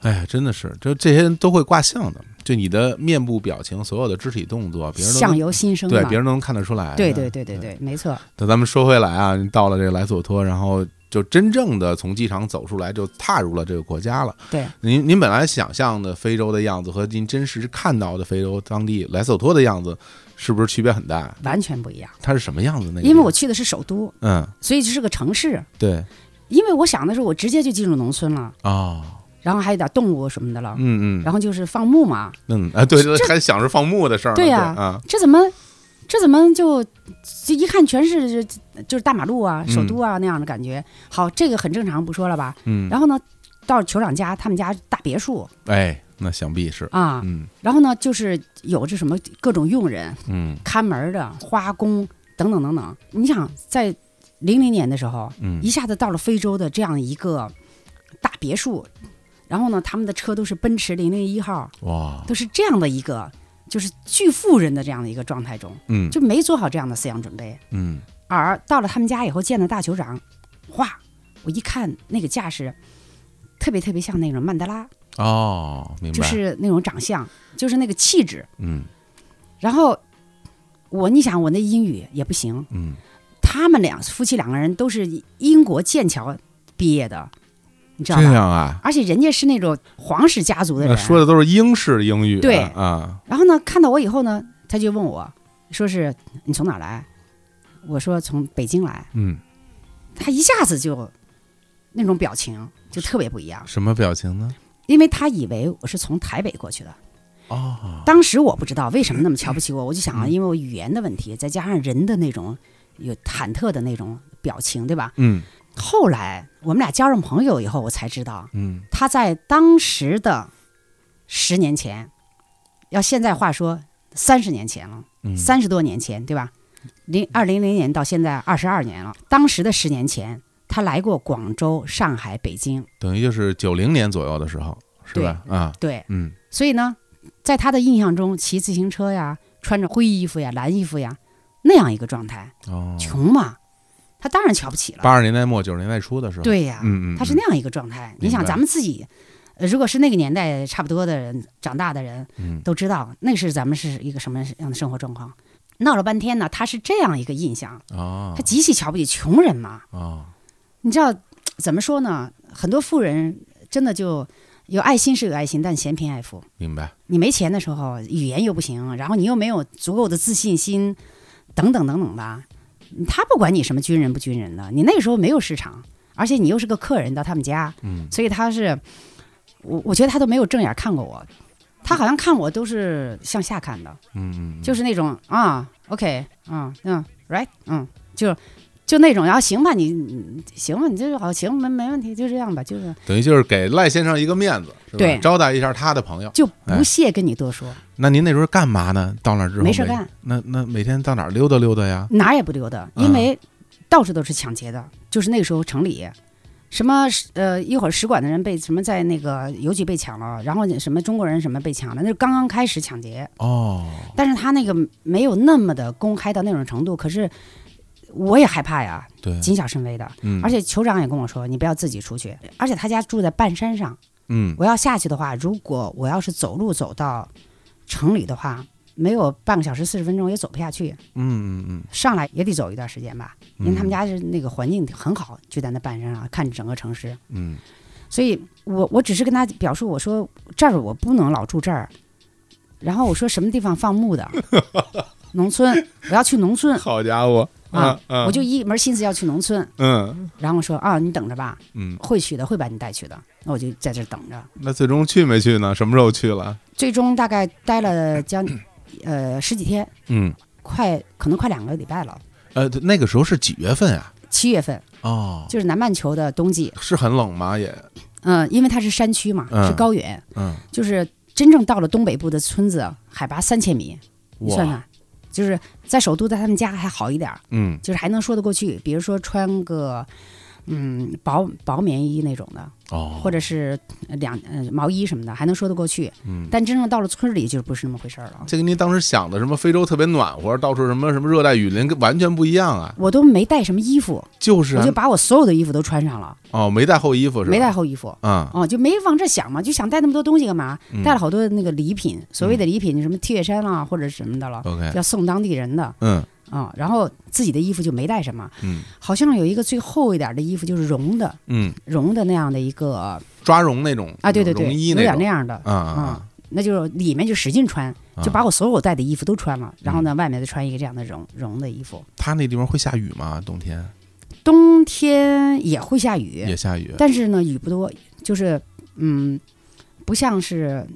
S1: 哎呀，真的是，就这些人都会卦象的，就你的面部表情，所有的肢体动作，别人都
S2: 相
S1: 能
S2: 由心生嘛，
S1: 对别人都能看得出来的。
S2: 对对对对对，没错，
S1: 那咱们说回来啊，到了这个莱索托，然后就真正的从机场走出来，就踏入了这个国家了。
S2: 对
S1: 您您本来想象的非洲的样子和您真实看到的非洲当地莱索托的样子，是不是区别很大？
S2: 完全不一样。
S1: 它是什么样子？那个地
S2: 因为我
S1: 方
S2: 去的是首都，
S1: 嗯，
S2: 所以就是个城市。
S1: 对
S2: 因为我想的是，我直接就进入农村了，
S1: 哦，
S2: 然后还有点动物什么的了，
S1: 嗯嗯
S2: 然后就是放牧嘛。
S1: 嗯啊，对，对还想着放牧的事儿呢，
S2: 对呀
S1: 啊，
S2: 这怎么，这怎么就就一看全是就是大马路啊、首都啊那样的感觉。好，这个很正常，不说了吧。
S1: 嗯，
S2: 然后呢，到酋长家，他们家大别墅
S1: 哎，那想必是，
S2: 啊，
S1: 嗯
S2: 然后呢就是有这什么各种佣人，
S1: 嗯
S2: 看门儿的、花工等等等等。你想，在零零年的时候，
S1: 嗯
S2: 一下子到了非洲的这样一个大别墅，然后呢，他们的车都是奔驰零零一号，
S1: 哇，
S2: 都是这样的一个就是巨富人的这样的一个状态中，
S1: 嗯
S2: 就没做好这样的思想准备。
S1: 嗯
S2: 而到了他们家以后，见了大酋长，哇！我一看那个架势，特别特别像那种曼德拉，
S1: 哦，明白，
S2: 就是那种长相，就是那个气质。
S1: 嗯
S2: 然后我，你想我那英语也不行，
S1: 嗯
S2: 他们俩夫妻两个人都是英国剑桥毕业的，你知道
S1: 这
S2: 吧？
S1: 样啊，
S2: 而且人家是那种皇室家族的
S1: 那
S2: 人。
S1: 说的都是英式英语啊，
S2: 对
S1: 啊，
S2: 然后呢，看到我以后呢，他就问我，说是你从哪儿来？我说从北京来。
S1: 嗯，
S2: 他一下子就那种表情就特别不一样，
S1: 什么表情呢？
S2: 因为他以为我是从台北过去的。
S1: 哦，
S2: 当时我不知道为什么那么瞧不起我，我就想啊，因为我语言的问题，再加上人的那种有忐忑的那种表情，对吧？
S1: 嗯
S2: 后来我们俩交上朋友以后，我才知道，
S1: 嗯，
S2: 他在当时的十
S1: 嗯
S2: 年前，要现在话说三十年前了，三十多年前，对吧？零二零零年到现在二十二年了。当时的十年前，他来过广州、上海、北京，
S1: 等于就是九零年左右的时候，是吧？啊，
S2: 对，
S1: 嗯，
S2: 所以呢，在他的印象中，骑自行车呀，穿着灰衣服呀、蓝衣服呀，那样一个状态，
S1: 哦，
S2: 穷嘛，他当然瞧不起了。
S1: 八十年代末九十年代初的时候，，
S2: 对呀，
S1: 嗯嗯，
S2: 他是
S1: 嗯
S2: 那样一个状态。你
S1: 明
S2: 想，
S1: 白
S2: 咱们自己，呃如果是那个年代差不多的人长大的人，
S1: 嗯
S2: 都知道那是咱们是一个什么样的生活状况。闹了半天呢，他是这样一个印象，
S1: 哦
S2: 他极其瞧不起穷人嘛。
S1: 哦，
S2: 你知道怎么说呢？很多富人真的就有爱心是有爱心，但嫌贫爱富。
S1: 明白，
S2: 你没钱的时候，语言又不行，然后你又没有足够的自信心，等等等等吧。他不管你什么军人不军人的，你那个时候没有市场，而且你又是个客人到他们家，
S1: 嗯
S2: 所以他是，我我觉得他都没有正眼看过我，他好像看我都是向下看的，
S1: 嗯，嗯
S2: 就是那种啊，OK，嗯嗯，right，嗯，就就那种，然后行吧，你你行吧，你这就好，行，没没问题，就这样吧，就是
S1: 等于就是给赖先生一个面子，是吧
S2: 对
S1: 招待一下他的朋友。
S2: 就不屑跟你多说，
S1: 那您那时候干嘛呢？到那儿之后
S2: 没事干，
S1: 那那每天到哪儿溜达溜达呀？
S2: 哪儿也不溜达，
S1: 嗯
S2: 因为到处都是抢劫的，就是那个时候城里。什么呃，一会儿使馆的人被什么在那个邮局被抢了，然后什么中国人什么被抢了，那是刚刚开始抢劫。
S1: 哦，
S2: 但是他那个没有那么的公开到那种程度，可是我也害怕呀，
S1: 对，
S2: 谨小慎微的。
S1: 嗯，
S2: 而且酋长也跟我说，你不要自己出去。而且他家住在半山上，
S1: 嗯，
S2: 我要下去的话，如果我要是走路走到城里的话，没有半个小时四十分钟也走不下去，
S1: 嗯嗯嗯，
S2: 上来也得走一段时间吧。因为他们家是那个环境很好，就在那半山上看整个城市，
S1: 嗯，
S2: 所以我我只是跟他表述，我说这儿我不能老住这儿，然后我说什么地方放 牧的，农村，我要去农村
S1: 嗯，好家伙
S2: 啊，
S1: 啊
S2: 我就一门心思要去农村。
S1: 嗯
S2: 然后说啊，你等着吧，
S1: 嗯，
S2: 会去的，会把你带去的。那我就在这儿等着。
S1: 那最终去没去呢？什么时候去了？
S2: 最终大概待了将呃十几天，
S1: 嗯，
S2: 快可能快两个礼拜了。
S1: 呃，那个时候是几月份啊？
S2: 七月份
S1: 哦，
S2: 就是南半球的冬季，
S1: 是很冷吗？也，
S2: 嗯，因为它是山区嘛，
S1: 嗯
S2: 是高原，
S1: 嗯，
S2: 就是真正到了东北部的村子，海拔三千米，你算
S1: 哇，
S2: 算，就是在首都，在他们家还好一点儿，
S1: 嗯，
S2: 就是还能说得过去。比如说穿个嗯薄薄棉衣那种的，
S1: 哦，
S2: 或者是呃两呃毛衣什么的，还能说得过去。
S1: 嗯
S2: 但真正到了村里，就不是那么回事儿了。
S1: 这跟您当时想的什么非洲特别暖和，到处什么什么热带雨林，跟完全不一样啊！
S2: 我都没带什么衣服，
S1: 就是
S2: 我
S1: 啊
S2: 就把我所有的衣服都穿上了，
S1: 哦，没带厚衣服是吧？
S2: 没带厚衣服。
S1: 啊，
S2: 哦，就没往这想嘛，就想带那么多东西干嘛？
S1: 嗯
S2: 带了好多那个礼品，所谓的礼品，什么 T 恤衫啦、或者什么的了，
S1: 哦 OK，
S2: 要送当地人的
S1: 嗯
S2: 啊、然后自己的衣服就没带什么，
S1: 嗯
S2: 好像有一个最厚一点的衣服，就是绒的，
S1: 嗯，
S2: 绒的那样的一个
S1: 抓绒那种
S2: 啊，对对对，
S1: 绒衣
S2: 有
S1: 那
S2: 点那
S1: 种
S2: 样的，
S1: 啊啊
S2: 嗯，那就是里面就使劲穿，
S1: 啊嗯
S2: 就把我所有带的衣服都穿了，然后呢，外面再穿一个这样的绒绒的衣服。
S1: 他那地方会下雨吗？冬天
S2: 冬天也会下雨，
S1: 也下雨？
S2: 但是呢，雨不多，就是嗯，不像是。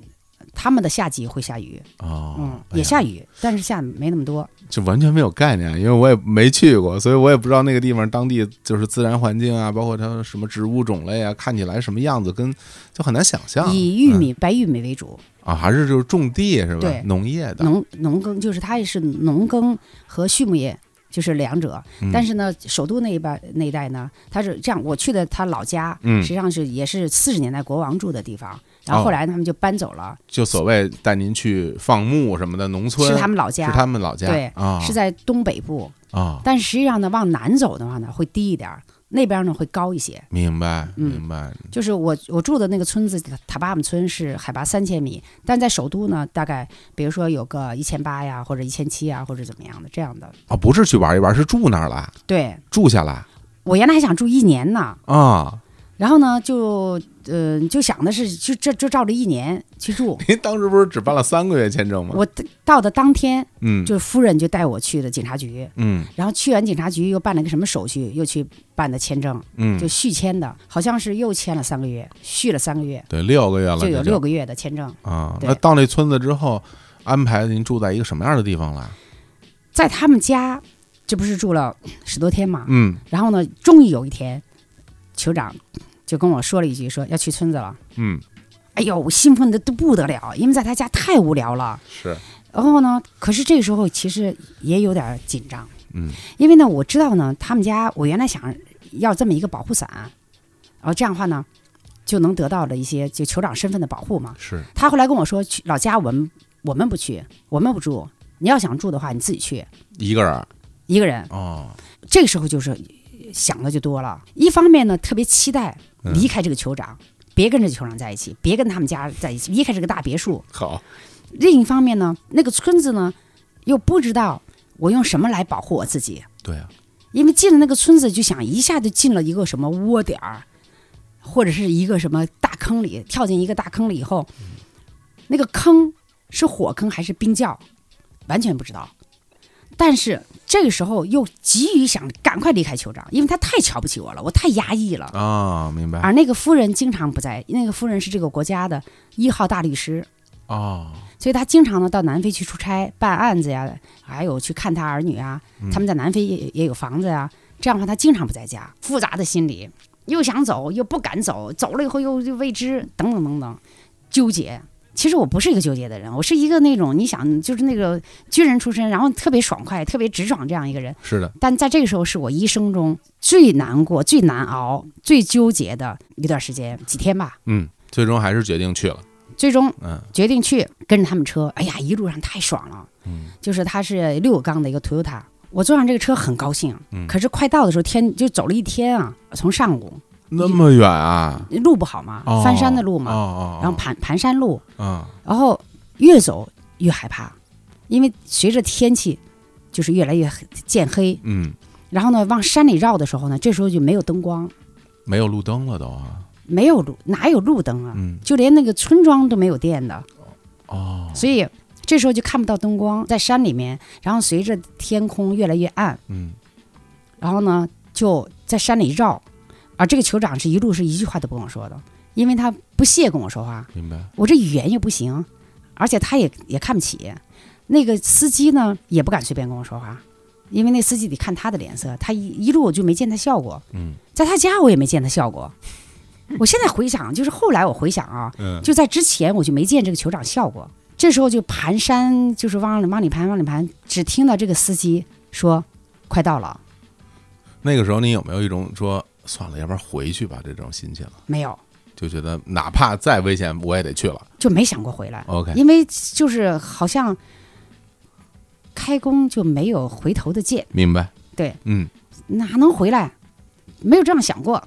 S2: 他们的夏季会下雨，
S1: 哦
S2: 嗯，，
S1: 哎呀
S2: 也下雨，但是下没那么多。
S1: 这完全没有概念，因为我也没去过，所以我也不知道那个地方当地就是自然环境啊，包括它什么植物种类啊，看起来什么样子，跟就很难想象。嗯
S2: 以玉米、白玉米为主，
S1: 啊，还是就是种地是吧
S2: 对？
S1: 农业的，
S2: 农农耕就是它也是农耕和畜牧业，就是两者。
S1: 嗯
S2: 但是呢，首都那一边那一带呢，它是这样，我去的他老家，
S1: 嗯哦
S2: 实际上是也是四十年代国王住的地方，然后后来他们就搬走了，
S1: 就所谓带您去放牧什么的，农村
S2: 是他们老家，
S1: 是他们老家，
S2: 对
S1: 啊，
S2: 是在东北部，
S1: 啊，
S2: 但实际上呢，往南走的话呢，会低一点儿，那边呢会高一些。
S1: 明白
S2: 嗯
S1: 明白，
S2: 就是我我住的那个村子塔巴姆村是海拔三千米，但在首都呢，大概比如说有个一千八呀，或者一千七呀，或者怎么样的这样的。
S1: 啊，不是去玩一玩，是住那儿了，
S2: 对
S1: 住下来
S2: 我原来还想住一年呢，
S1: 啊。
S2: 然后呢就呃就想的是就这就照着一年去住。
S1: 您当时不是只办了三个月签证吗？
S2: 我到的当天，
S1: 嗯，
S2: 就是夫人就带我去的警察局，
S1: 嗯
S2: 然后去完警察局又办了个什么手续，又去办的签证，
S1: 嗯
S2: 就，续签的，好像是又签了三个月，续了三个月，
S1: 对，六个月了，
S2: 就有
S1: 这
S2: 六个月的签证。
S1: 啊。
S2: 对
S1: 那到那村子之后，安排您住在一个什么样的地方了？
S2: 在他们家，这不是住了十多天嘛？
S1: 嗯
S2: 然后呢，终于有一天，酋长就跟我说了一句，说要去村子了。
S1: 嗯，
S2: 哎呦，我兴奋的都不得了，因为在他家太无聊了。
S1: 是
S2: 然后呢，可是这时候其实也有点紧张，
S1: 嗯
S2: 因为呢，我知道呢，他们家我原来想要这么一个保护伞，然后这样的话呢，就能得到了一些就酋长身份的保护嘛。
S1: 是
S2: 他后来跟我说，去老家我们我们不去，我们不住。你要想住的话，你自己去
S1: 一个人儿
S2: 一个人。
S1: 哦，
S2: 这个时候就是呃想的就多了。一方面呢，特别期待
S1: 嗯
S2: 离开这个酋长，别跟这个酋长在一起，别跟他们家在一起，离开这个大别墅。
S1: 好，
S2: 另一方面呢，那个村子呢，又不知道我用什么来保护我自己，
S1: 对啊，
S2: 因为进了那个村子，就想一下就进了一个什么窝点儿，或者是一个什么大坑里，跳进一个大坑里以后，那个坑是火坑还是冰窖，完全不知道。但是这个时候又急于想赶快离开酋长，因为他太瞧不起我了，我太压抑了。
S1: 啊，明白
S2: 而那个夫人经常不在，那个夫人是这个国家的一号大律师，
S1: 哦，
S2: 所以他经常呢到南非去出差办案子呀，还有去看他儿女啊，他们在南非也也有房子呀。这样的话，他经常不在家，复杂的心理，又想走又不敢走，走了以后又又未知，等等等等，纠结。其实我不是一个纠结的人，我是一个那种你想就是那个军人出身，然后特别爽快、特别直爽这样一个人。
S1: 是的，
S2: 但在这个时候，是我一生中最难过、最难熬、最纠结的一段时间，几天吧。
S1: 嗯，最终还是决定去了，
S2: 最终
S1: 嗯
S2: 决定去跟着他们车。哎呀，一路上太爽了，
S1: 嗯，
S2: 就是它是六缸的一个 Toyota，我坐上这个车很高兴。
S1: 嗯
S2: 可是快到的时候天就走了一天啊，从上午
S1: 那么远啊，
S2: 路不好嘛，
S1: 哦
S2: 翻山的路嘛，
S1: 哦哦，
S2: 然后盘盘山路，
S1: 啊，
S2: 然后越走越害怕，因为随着天气就是越来越黑渐黑，
S1: 嗯，
S2: 然后呢往山里绕的时候呢，这时候就没有灯光，
S1: 没有路灯了都啊，
S2: 没有路，哪有路灯啊？
S1: 嗯
S2: 就连那个村庄都没有电的，
S1: 哦，
S2: 所以这时候就看不到灯光，在山里面，然后随着天空越来越暗，
S1: 嗯
S2: 然后呢就在山里绕，而这个酋长是一路是一句话都不跟我说的，因为他不屑跟我说话，
S1: 明白，
S2: 我这语言又不行，而且他也也看不起，那个司机呢也不敢随便跟我说话。因为那司机得看他的脸色，他一一路我就没见他笑过，
S1: 嗯
S2: 在他家我也没见他笑过。我现在回想，就是后来我回想啊，
S1: 嗯，
S2: 就在之前我就没见这个酋长笑过。这时候就盘山，就是往往里盘，往里盘，只听到这个司机说：“快到了，
S1: 那个时候你有没有一种说算了，要不然回去吧这种心情，
S2: 没有，
S1: 就觉得哪怕再危险我也得去了
S2: 就没想过回来。
S1: ，OK，
S2: 因为就是好像开弓就没有回头的箭，
S1: 明白，
S2: 对，
S1: 嗯
S2: 哪能回来？没有这样想过。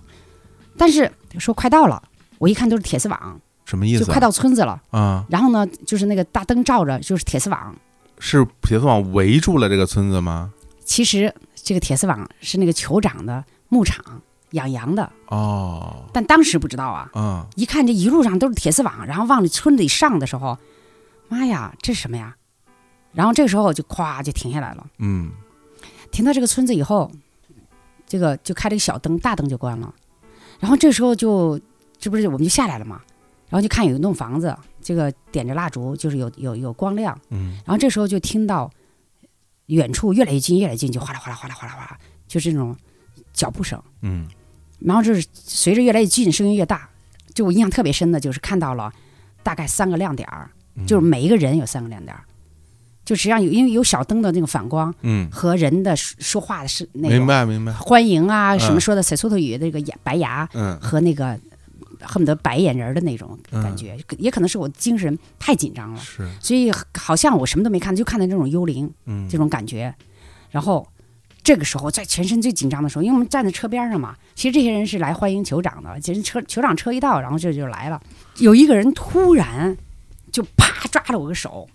S2: 但是说快到了，我一看都是铁丝网，
S1: 什么意
S2: 就
S1: 思啊？
S2: 快到村子了。
S1: 啊，
S2: 然后呢，就是那个大灯照着，就是铁丝网。
S1: 是铁丝网围住了这个村子吗？
S2: 其实这个铁丝网是那个酋长的牧场养羊的，
S1: 哦，
S2: 但当时不知道啊，
S1: 啊，
S2: 一看这一路上都是铁丝网，然后往村里上的时候，妈呀，这是什么呀？然后这个时候就咵就停下来了。
S1: 嗯，
S2: 停到这个村子以后，这个就开了个小灯，大灯就关了。然后这时候就这不是我们就下来了嘛，然后就看有一栋房子，这个点着蜡烛，就是有有有光亮。
S1: 嗯。
S2: 然后这时候就听到远处越来越近，越来越近，就哗啦哗啦哗啦哗啦哗啦，就是这种脚步声。
S1: 嗯，
S2: 然后就是随着越来越近，声音越大。就我印象特别深的就是看到了大概三个亮点儿，
S1: 嗯
S2: 就是每一个人有三个亮点儿，就实际上有因为有小灯的那个反光
S1: 嗯，
S2: 和人的说说话的是那
S1: 明
S2: 个
S1: 白明白，
S2: 欢迎啊
S1: 嗯
S2: 什么说的塞苏特语那个牙白牙
S1: 嗯
S2: 和那个恨不得白眼人儿的那种感觉，也可能是我精神太紧张了，
S1: 是，
S2: 所以好像我什么都没看，就看到这种幽灵
S1: 嗯，
S2: 这种感觉，然后。这个时候，在全身最紧张的时候，因为我们站在车边上嘛，其实这些人是来欢迎酋长的。其实车酋长车一到，然后这就来了。有一个人突然就啪抓了我个手，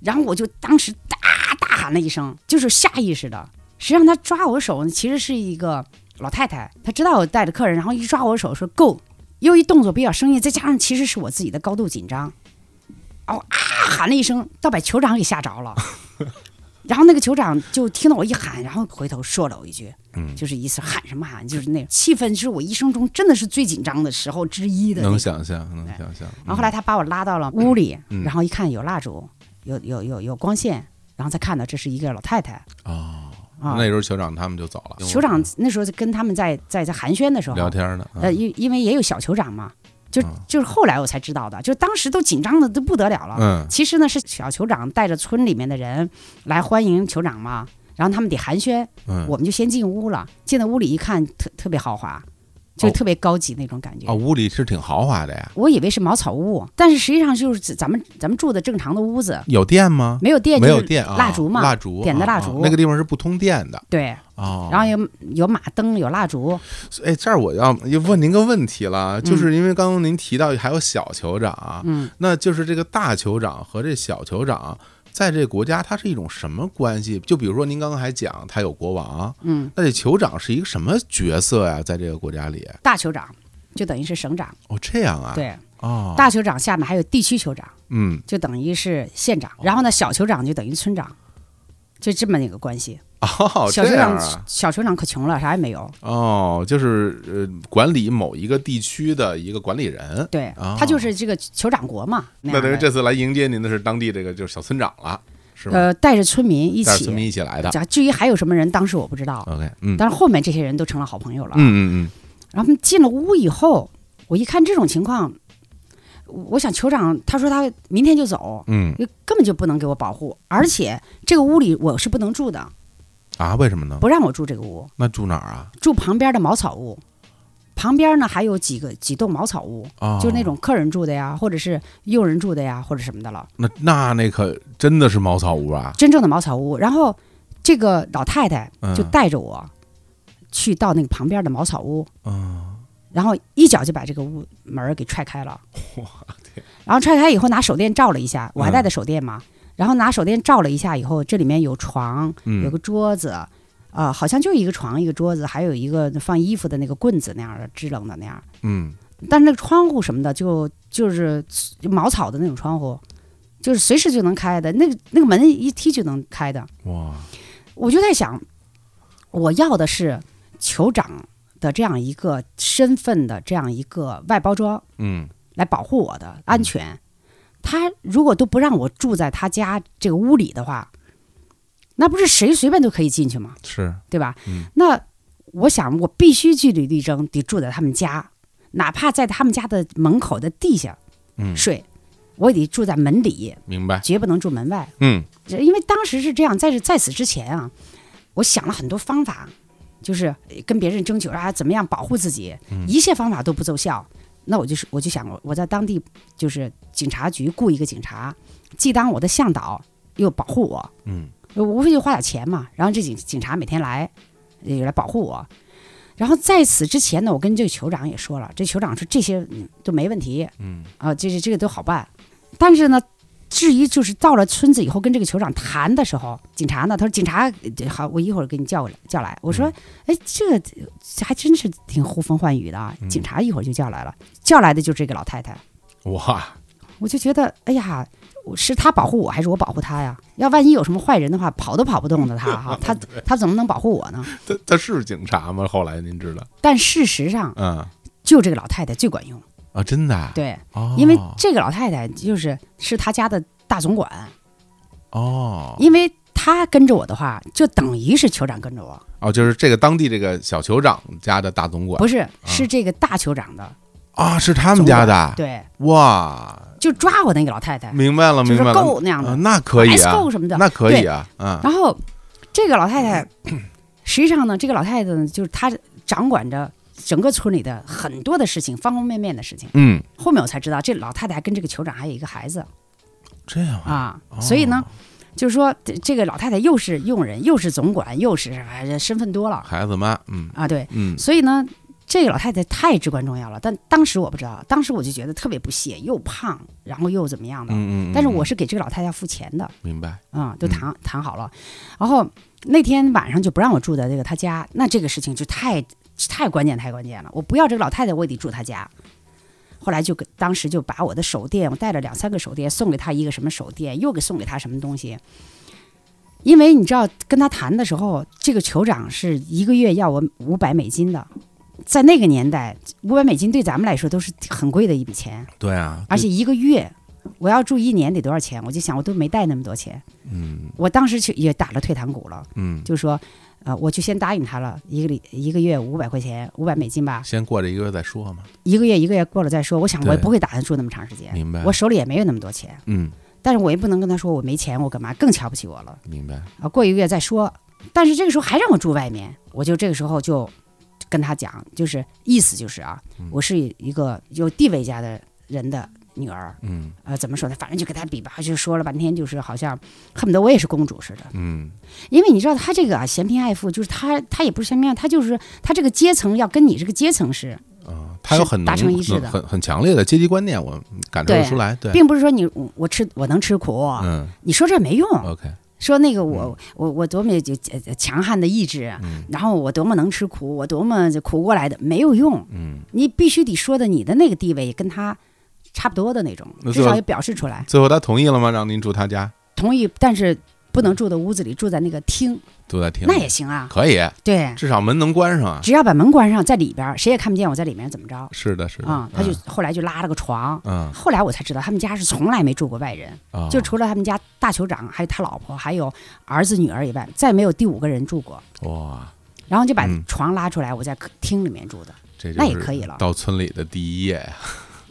S2: 然后我就当时大大喊了一声，就是下意识的。实际上他抓我手呢，其实是一个老太太，她知道我带着客人，然后一抓我手说 “go”，又一动作比较生硬，再加上其实是我自己的高度紧张，哦啊喊了一声，倒把酋长给吓着了。然后那个酋长就听到我一喊，然后回头说了我一句，
S1: 嗯
S2: 就是意思喊什么喊，就是那种气氛是我一生中真的是最紧张的时候之一的那
S1: 能
S2: 种。
S1: 想象，能想象。
S2: 然后后来他把我拉到了屋里，
S1: 嗯
S2: 然后一看有蜡烛，有有有有光线，然后才看到这是一个老太太
S1: 哦，
S2: 啊
S1: 那。时候酋长他们就走了，
S2: 酋长那时候跟他们在在在寒暄的时候，
S1: 哦嗯聊天呢，
S2: 呃，因因为也有小酋长嘛，就
S1: 嗯
S2: 就是后来我才知道的，就当时都紧张的都不得了了。
S1: 嗯
S2: 其实呢是小酋长带着村里面的人来欢迎酋长嘛，然后他们得寒暄，
S1: 嗯，
S2: 我们就先进屋了。进到屋里一看，特特别豪华，就
S1: 哦
S2: 特别高级那种感觉。
S1: 啊，屋里是挺豪华的呀，
S2: 我以为是茅草屋，但是实际上就是咱咱们咱们住的正常的屋子，
S1: 有电吗？
S2: 没有电，
S1: 没有
S2: 就是
S1: 电啊，
S2: 蜡烛嘛，
S1: 蜡烛
S2: 点的
S1: 啊
S2: 蜡
S1: 啊
S2: 烛
S1: 那个地方是不通电的
S2: 对，
S1: 啊。
S2: 然后有有马灯，有蜡烛，
S1: 哎，这儿我要要问您个问题了，就是因为刚刚您提到还有小酋长，啊
S2: 嗯，
S1: 那就是这个大酋长和这小酋长在这国家它是一种什么关系？就比如说您刚刚还讲他有国王，
S2: 嗯，
S1: 那这酋长是一个什么角色呀、在这个国家里？
S2: 大酋长就等于是省长，
S1: 哦，这样啊，，
S2: 对，
S1: 哦，
S2: 大酋长下面还有地区酋长，
S1: 嗯
S2: 就等于是县
S1: 哦
S2: 长，然后呢，小酋长就等于村长，就这么一个关系。
S1: 哦，
S2: 小
S1: 这
S2: 酋
S1: 样
S2: 长
S1: 啊，
S2: 小酋长可穷了，啥也没有，
S1: 哦，就是呃，管理某一个地区的一个管理人。
S2: 对
S1: 哦
S2: 他就是这个酋长国嘛。
S1: 那
S2: 那样
S1: 等于
S2: 的
S1: 这次来迎接您的是当地这个就是小村长了，是吧？
S2: 呃，带着村民一
S1: 带着村民
S2: 起。
S1: 一起来的。
S2: 假至于还有什么人，当时我不知道，
S1: OK，嗯，
S2: 但是后面这些人都成了好朋友了。
S1: 嗯嗯
S2: 然后他们进了屋以后，我一看这种情况，我想酋长他说他明天就走，
S1: 嗯嗯
S2: 根本就不能给我保护，而且这个屋里我是不能住的，
S1: 啊，为什么呢？
S2: 不让我住这个屋，
S1: 那住哪儿啊？
S2: 住旁边的茅草屋。旁边呢还有几个几栋茅草屋，
S1: 啊，
S2: 就是那种客人住的呀，或者是佣人住的呀，或者什么的了，
S1: 那那那可真的是茅草屋啊！
S2: 真正的茅草屋。然后这个老太太就
S1: 嗯
S2: 带着我去到那个旁边的茅草屋，
S1: 嗯，
S2: 然后一脚就把这个屋门儿给踹开了。
S1: 我天，
S2: 然后踹开以后拿手电照了一下，我还
S1: 嗯
S2: 带的手电嘛。然后拿手电照了一下以后，这里面有床，有
S1: 嗯
S2: 个桌子，啊、好像就一个床一个桌子，还有一个放衣服的那个棍子那样的支棱的那样。
S1: 嗯，
S2: 但是那个窗户什么的就就是茅草的那种窗户，就是随时就能开的，那个那个门一踢就能开的。
S1: 哇，
S2: 我就在想，我要的是酋长的这样一个身份的这样一个外包装，
S1: 嗯
S2: 来保护我的安全。他如果都不让我住在他家这个屋里的话，那不是谁随便都可以进去吗？
S1: 是，
S2: 对吧？
S1: 嗯
S2: 那我想，我必须据理力争，得住在他们家，哪怕在他们家的门口的地下
S1: 嗯，
S2: 睡，我也得住在门里，
S1: 明白，
S2: 绝不能住门外。
S1: 嗯
S2: 这因为当时是这样，在这在此之前啊，我想了很多方法，就是呃跟别人争取啊，怎么样保护自己，
S1: 嗯
S2: 一切方法都不奏效。那我就是我就想，我我在当地就是警察局雇一个警察，既当我的向导又保护我，
S1: 嗯
S2: 我无非就花点钱嘛。然后这警警察每天来，也来保护我。然后在此之前呢，我跟这个酋长也说了，这酋长说这些嗯都没问题，
S1: 嗯
S2: 啊，这这这个都好办。但是呢，至于就是到了村子以后跟这个酋长谈的时候，警察呢，他说警察呃好，我一会儿给你叫过来叫来。我说，哎，这这还真是挺呼风唤雨的啊！警察一会儿就叫来了，叫来的就是这个老太太。
S1: 哇，
S2: 我就觉得，哎呀，我是他保护我还是我保护他呀？要万一有什么坏人的话，跑都跑不动的他哈，他他怎么能保护我呢？
S1: 他他是警察吗？后来您知道，
S2: 但事实上，
S1: 嗯
S2: 就这个老太太最管用。
S1: 啊，真的啊，
S2: 对，
S1: 哦，
S2: 因为这个老太太就是是他家的大总管，
S1: 哦
S2: 因为他跟着我的话，就等于是酋长跟着我，
S1: 哦，就是这个当地这个小酋长家的大总管
S2: 不是是这个大酋长的
S1: 啊，是他们家的，
S2: 对，
S1: 哇，
S2: 就抓我那个老太太，
S1: 明白了，
S2: 就
S1: 明
S2: 是
S1: 白了，
S2: 够那样的，
S1: 啊那可以啊
S2: S 够什么的，
S1: 那可以
S2: 对。
S1: 啊，嗯
S2: 然后这个老太太，实际上呢，这个老太太呢，就是她掌管着。整个村里的很多的事情，方方面面的事情，
S1: 嗯，
S2: 后面我才知道，这老太太还跟这个酋长还有一个孩子
S1: 这样啊，
S2: 啊，所以呢，就是说这这个老太太又是佣人，又是总管，又是哎身份多了
S1: 孩子妈，嗯
S2: 啊，对，
S1: 嗯
S2: 所以呢，这个老太太太至关重要了。但当时我不知道，当时我就觉得特别不屑，又胖，然后又怎么样的。
S1: 嗯嗯，
S2: 但是
S1: 嗯
S2: 我是给这个老太太付钱的，
S1: 明白，
S2: 啊、都谈谈好了。然后那天晚上就不让我住在这个她家，那这个事情就太太关键太关键了。我不要这个老太太，我也得住她家。后来就给当时就把我的手电，我带了两三个手电，送给她一个什么手电，又给送给她什么东西。因为你知道，跟他谈的时候，这个酋长是一个月要我五百美金的，在那个年代，五百美金对咱们来说都是很贵的一笔钱。
S1: 对啊，
S2: 而且一个月，我要住一年得多少钱？我就想，我都没带那么多钱。嗯，我当时去也打了退堂鼓了，
S1: 嗯，
S2: 就说，呃，我就先答应他了，一个礼一个月五百块钱，五百美金吧，
S1: 先过这一个月再说嘛，
S2: 一个月一个月过了再说。我想我也
S1: 对
S2: 不会打算住那么长时间，
S1: 明白
S2: 我手里也没有那么多钱，
S1: 嗯，
S2: 但是我也不能跟他说我没钱，我干嘛更瞧不起我了
S1: 明白，
S2: 呃啊？过一个月再说。但是这个时候还让我住外面，我就这个时候就跟他讲，就是意思就是啊，
S1: 嗯
S2: 我是一个有地位家的人的女儿，
S1: 嗯
S2: 呃，怎么说呢？反正就跟他比吧，就说了半天，就是好像恨不得我也是公主似的。
S1: 嗯
S2: 因为你知道他这个啊，嫌贫爱富，就是他他也不是嫌贫爱富，他就是他这个阶层要跟你这个阶层是，
S1: 啊，他有很
S2: 达
S1: 浓
S2: 成一致的
S1: 很很强烈的阶级观念，我感受得
S2: 对
S1: 出来。对，
S2: 并不是说你我我吃我能吃苦，
S1: 嗯
S2: 你说这没用，
S1: ，OK，
S2: 说那个我
S1: 嗯
S2: 我我多么有呃强悍的意志，啊然后我多么能吃苦，我多么苦过来的，没有用。
S1: 嗯，
S2: 你必须得说的你的那个地位跟他差不多的那种，
S1: 那
S2: 至
S1: 最
S2: 少
S1: 后
S2: 也表示出来。
S1: 最后他同意了吗？让您住他家，
S2: 同意，但是不能住在屋子里，住在那个厅，
S1: 住在厅里，
S2: 那也行啊。
S1: 可以，
S2: 对，
S1: 至少门能关上啊。
S2: 只要把门关上，在里边儿谁也看不见我在里面怎么着
S1: 是的，是的，
S2: 啊、他就后来就拉了个床。
S1: 嗯
S2: 后来我才知道，他们家是从来没住过外人，
S1: 嗯啊
S2: 就除了他们家大酋长，还有他老婆，还有儿子女儿以外，再没有第五个人住过。
S1: 哇，
S2: 然后就把
S1: 嗯
S2: 床拉出来，我在客厅里面住的。
S1: 这就
S2: 那也
S1: 是
S2: 可以了
S1: 到村里的第一夜呀，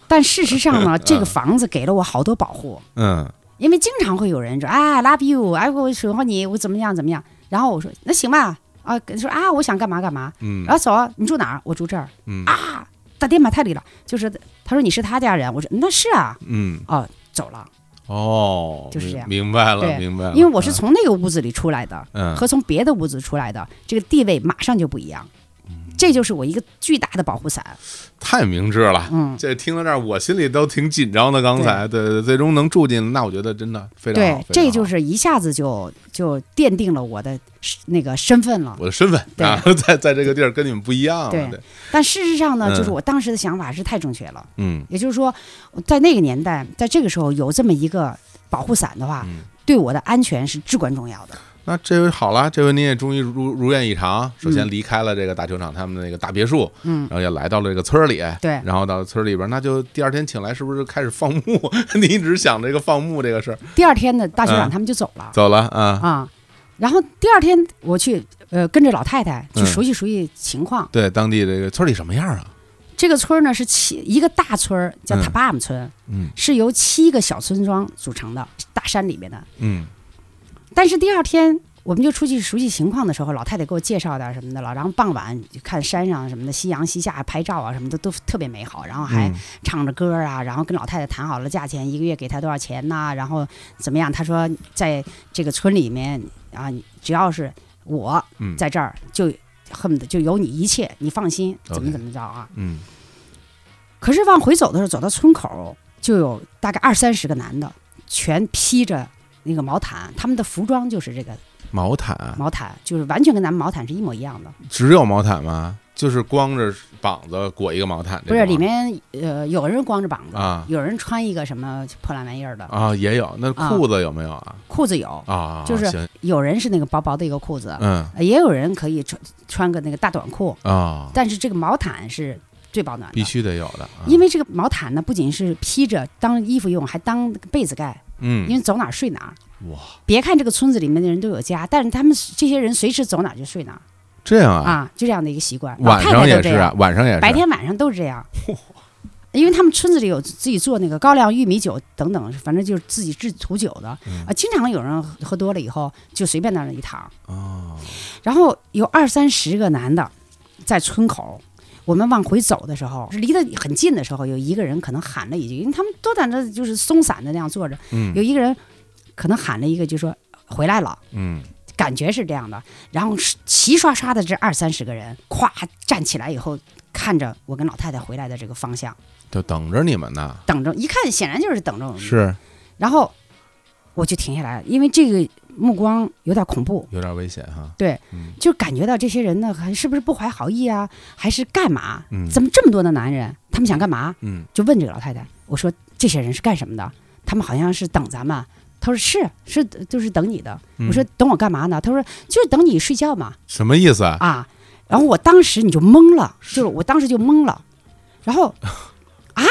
S2: 但事实上 呢，这个房子给了我好多保护，
S1: 嗯
S2: 因为经常会有人说啊，love you，哎，我喜欢你，我怎么样怎么样。然后我说那行吧，啊，说啊，我想干嘛干嘛。
S1: 嗯
S2: 然后走啊，你住哪儿？我住这儿。
S1: 嗯
S2: 啊，打电马太里了，就是他说你是他家人，我说那是啊，
S1: 嗯，
S2: 哦，走了，
S1: 哦，
S2: 就是这样
S1: 明明白了，
S2: 对
S1: 明白了，
S2: 因为我是从那个屋子里出来的，
S1: 嗯
S2: 和从别的屋子出来的，这个地位马上就不一样。
S1: 嗯
S2: 这就是我一个巨大的保护伞。
S1: 太明智了。
S2: 嗯，
S1: 这听到这儿，我心里都挺紧张的。刚才，对对对，最终能住进，那我觉得真的非常好
S2: 对，
S1: 非常
S2: 这
S1: 好
S2: 就是一下子就就奠定了我的身那个身份了。
S1: 我的身份
S2: 对
S1: 啊， 在在这个地儿跟你们不一样了。
S2: 对
S1: 对，
S2: 但事实上呢，就是
S1: 嗯
S2: 我当时的想法是太正确了。
S1: 嗯
S2: 也就是说，在那个年代，在这个时候有这么一个保护伞的话，
S1: 嗯。
S2: 对我的安全是至关重要的。
S1: 那这回好了，这回您也终于如如愿以偿。首先
S2: 嗯
S1: 离开了这个大球场他们那个大别墅，
S2: 嗯
S1: 然后也来到了这个村儿里。
S2: 对
S1: 然后到村儿里边，那就第二天请来是不是开始放牧？ 你一直想这个放牧这个事儿，
S2: 第二天呢，大学
S1: 嗯
S2: 长他们就走了
S1: 走了啊？
S2: 啊。然后第二天我去呃跟着老太太去
S1: 嗯
S2: 熟悉熟悉情况。
S1: 对，当地这个村里什么样啊？
S2: 这个村儿呢是七一个大村儿，叫
S1: 嗯
S2: 塔巴姆村，
S1: 嗯
S2: 是由七个小村庄组成的，大山里面的。
S1: 嗯
S2: 但是第二天我们就出去熟悉情况的时候，老太太给我介绍点什么的了。然后傍晚就看山上什么的，夕阳西下拍照啊什么的都特别美好。然后还
S1: 嗯
S2: 唱着歌啊，然后跟老太太谈好了价钱，一个月给她多少钱呐、然后怎么样？她说在这个村里面啊，你只要是我
S1: 嗯
S2: 在这儿，就恨不得就有你一切，你放心，
S1: OK
S2: 怎么怎么着啊。
S1: 嗯
S2: 可是往回走的时候，走到村口就有大概二三十个男的，全披着那个毛毯，他们的服装就是这个
S1: 毛毯，啊
S2: 毛毯，就是完全跟咱们毛毯是一模一样的。
S1: 只有毛毯吗？就是光着膀子裹一个毛毯这
S2: 不
S1: 种啊，
S2: 是里面呃，有人光着膀子，
S1: 啊
S2: 有人穿一个什么破烂玩意儿的，
S1: 啊也有，那
S2: 啊
S1: 裤子有没有啊？
S2: 裤子有，
S1: 啊，
S2: 就是
S1: 行
S2: 有人是那个薄薄的一个裤子，
S1: 嗯
S2: 呃也有人可以穿穿个那个大短裤，
S1: 啊，
S2: 但是这个毛毯是最保暖的，
S1: 必须得有的，啊
S2: 因为这个毛毯呢，不仅是披着当衣服用，还当被子盖，
S1: 嗯
S2: 因为走哪儿睡哪儿。
S1: 哇，
S2: 别看这个村子里面的人都有家，但是他们这些人随时走哪儿就睡哪儿
S1: 这样啊，
S2: 啊，就这样的一个习惯。老
S1: 晚
S2: 太
S1: 上
S2: 太都
S1: 也
S2: 这
S1: 是
S2: 样
S1: 啊，，晚上也是，
S2: 白天晚上都是这样。因为他们村子里有自己做那个高粱玉米酒等等，反正就是自己制土酒的
S1: 嗯
S2: 啊。经常有人喝喝多了以后就随便在那一躺，
S1: 哦，
S2: 然后有二三十个男的在村口，我们往回走的时候，离得很近的时候，有一个人可能喊了一句，因为他们都在那就是松散的那样坐着，
S1: 嗯
S2: 有一个人可能喊了一个，就说回来了。
S1: 嗯，
S2: 感觉是这样的，然后是齐刷刷的这二三十个人，咵站起来以后，看着我跟老太太回来的这个方向，
S1: 就等着你们呢，
S2: 等着一看，显然就是等着我们。。
S1: 是
S2: 然后我就停下来了，因为这个目光有点恐怖，
S1: 有点危险哈，
S2: 对，
S1: 嗯
S2: 就感觉到这些人呢，还是不是不怀好意啊，还是干嘛？
S1: 嗯
S2: 怎么这么多的男人？他们想干嘛？
S1: 嗯
S2: 就问这个老太太，我说这些人是干什么的？他们好像是等咱们。她说是是，就是等你的。
S1: 嗯
S2: 我说等我干嘛呢？她说就是等你睡觉嘛
S1: 什么意思啊？
S2: 啊。然后我当时你就懵了，就是我当时就懵了，然后啊，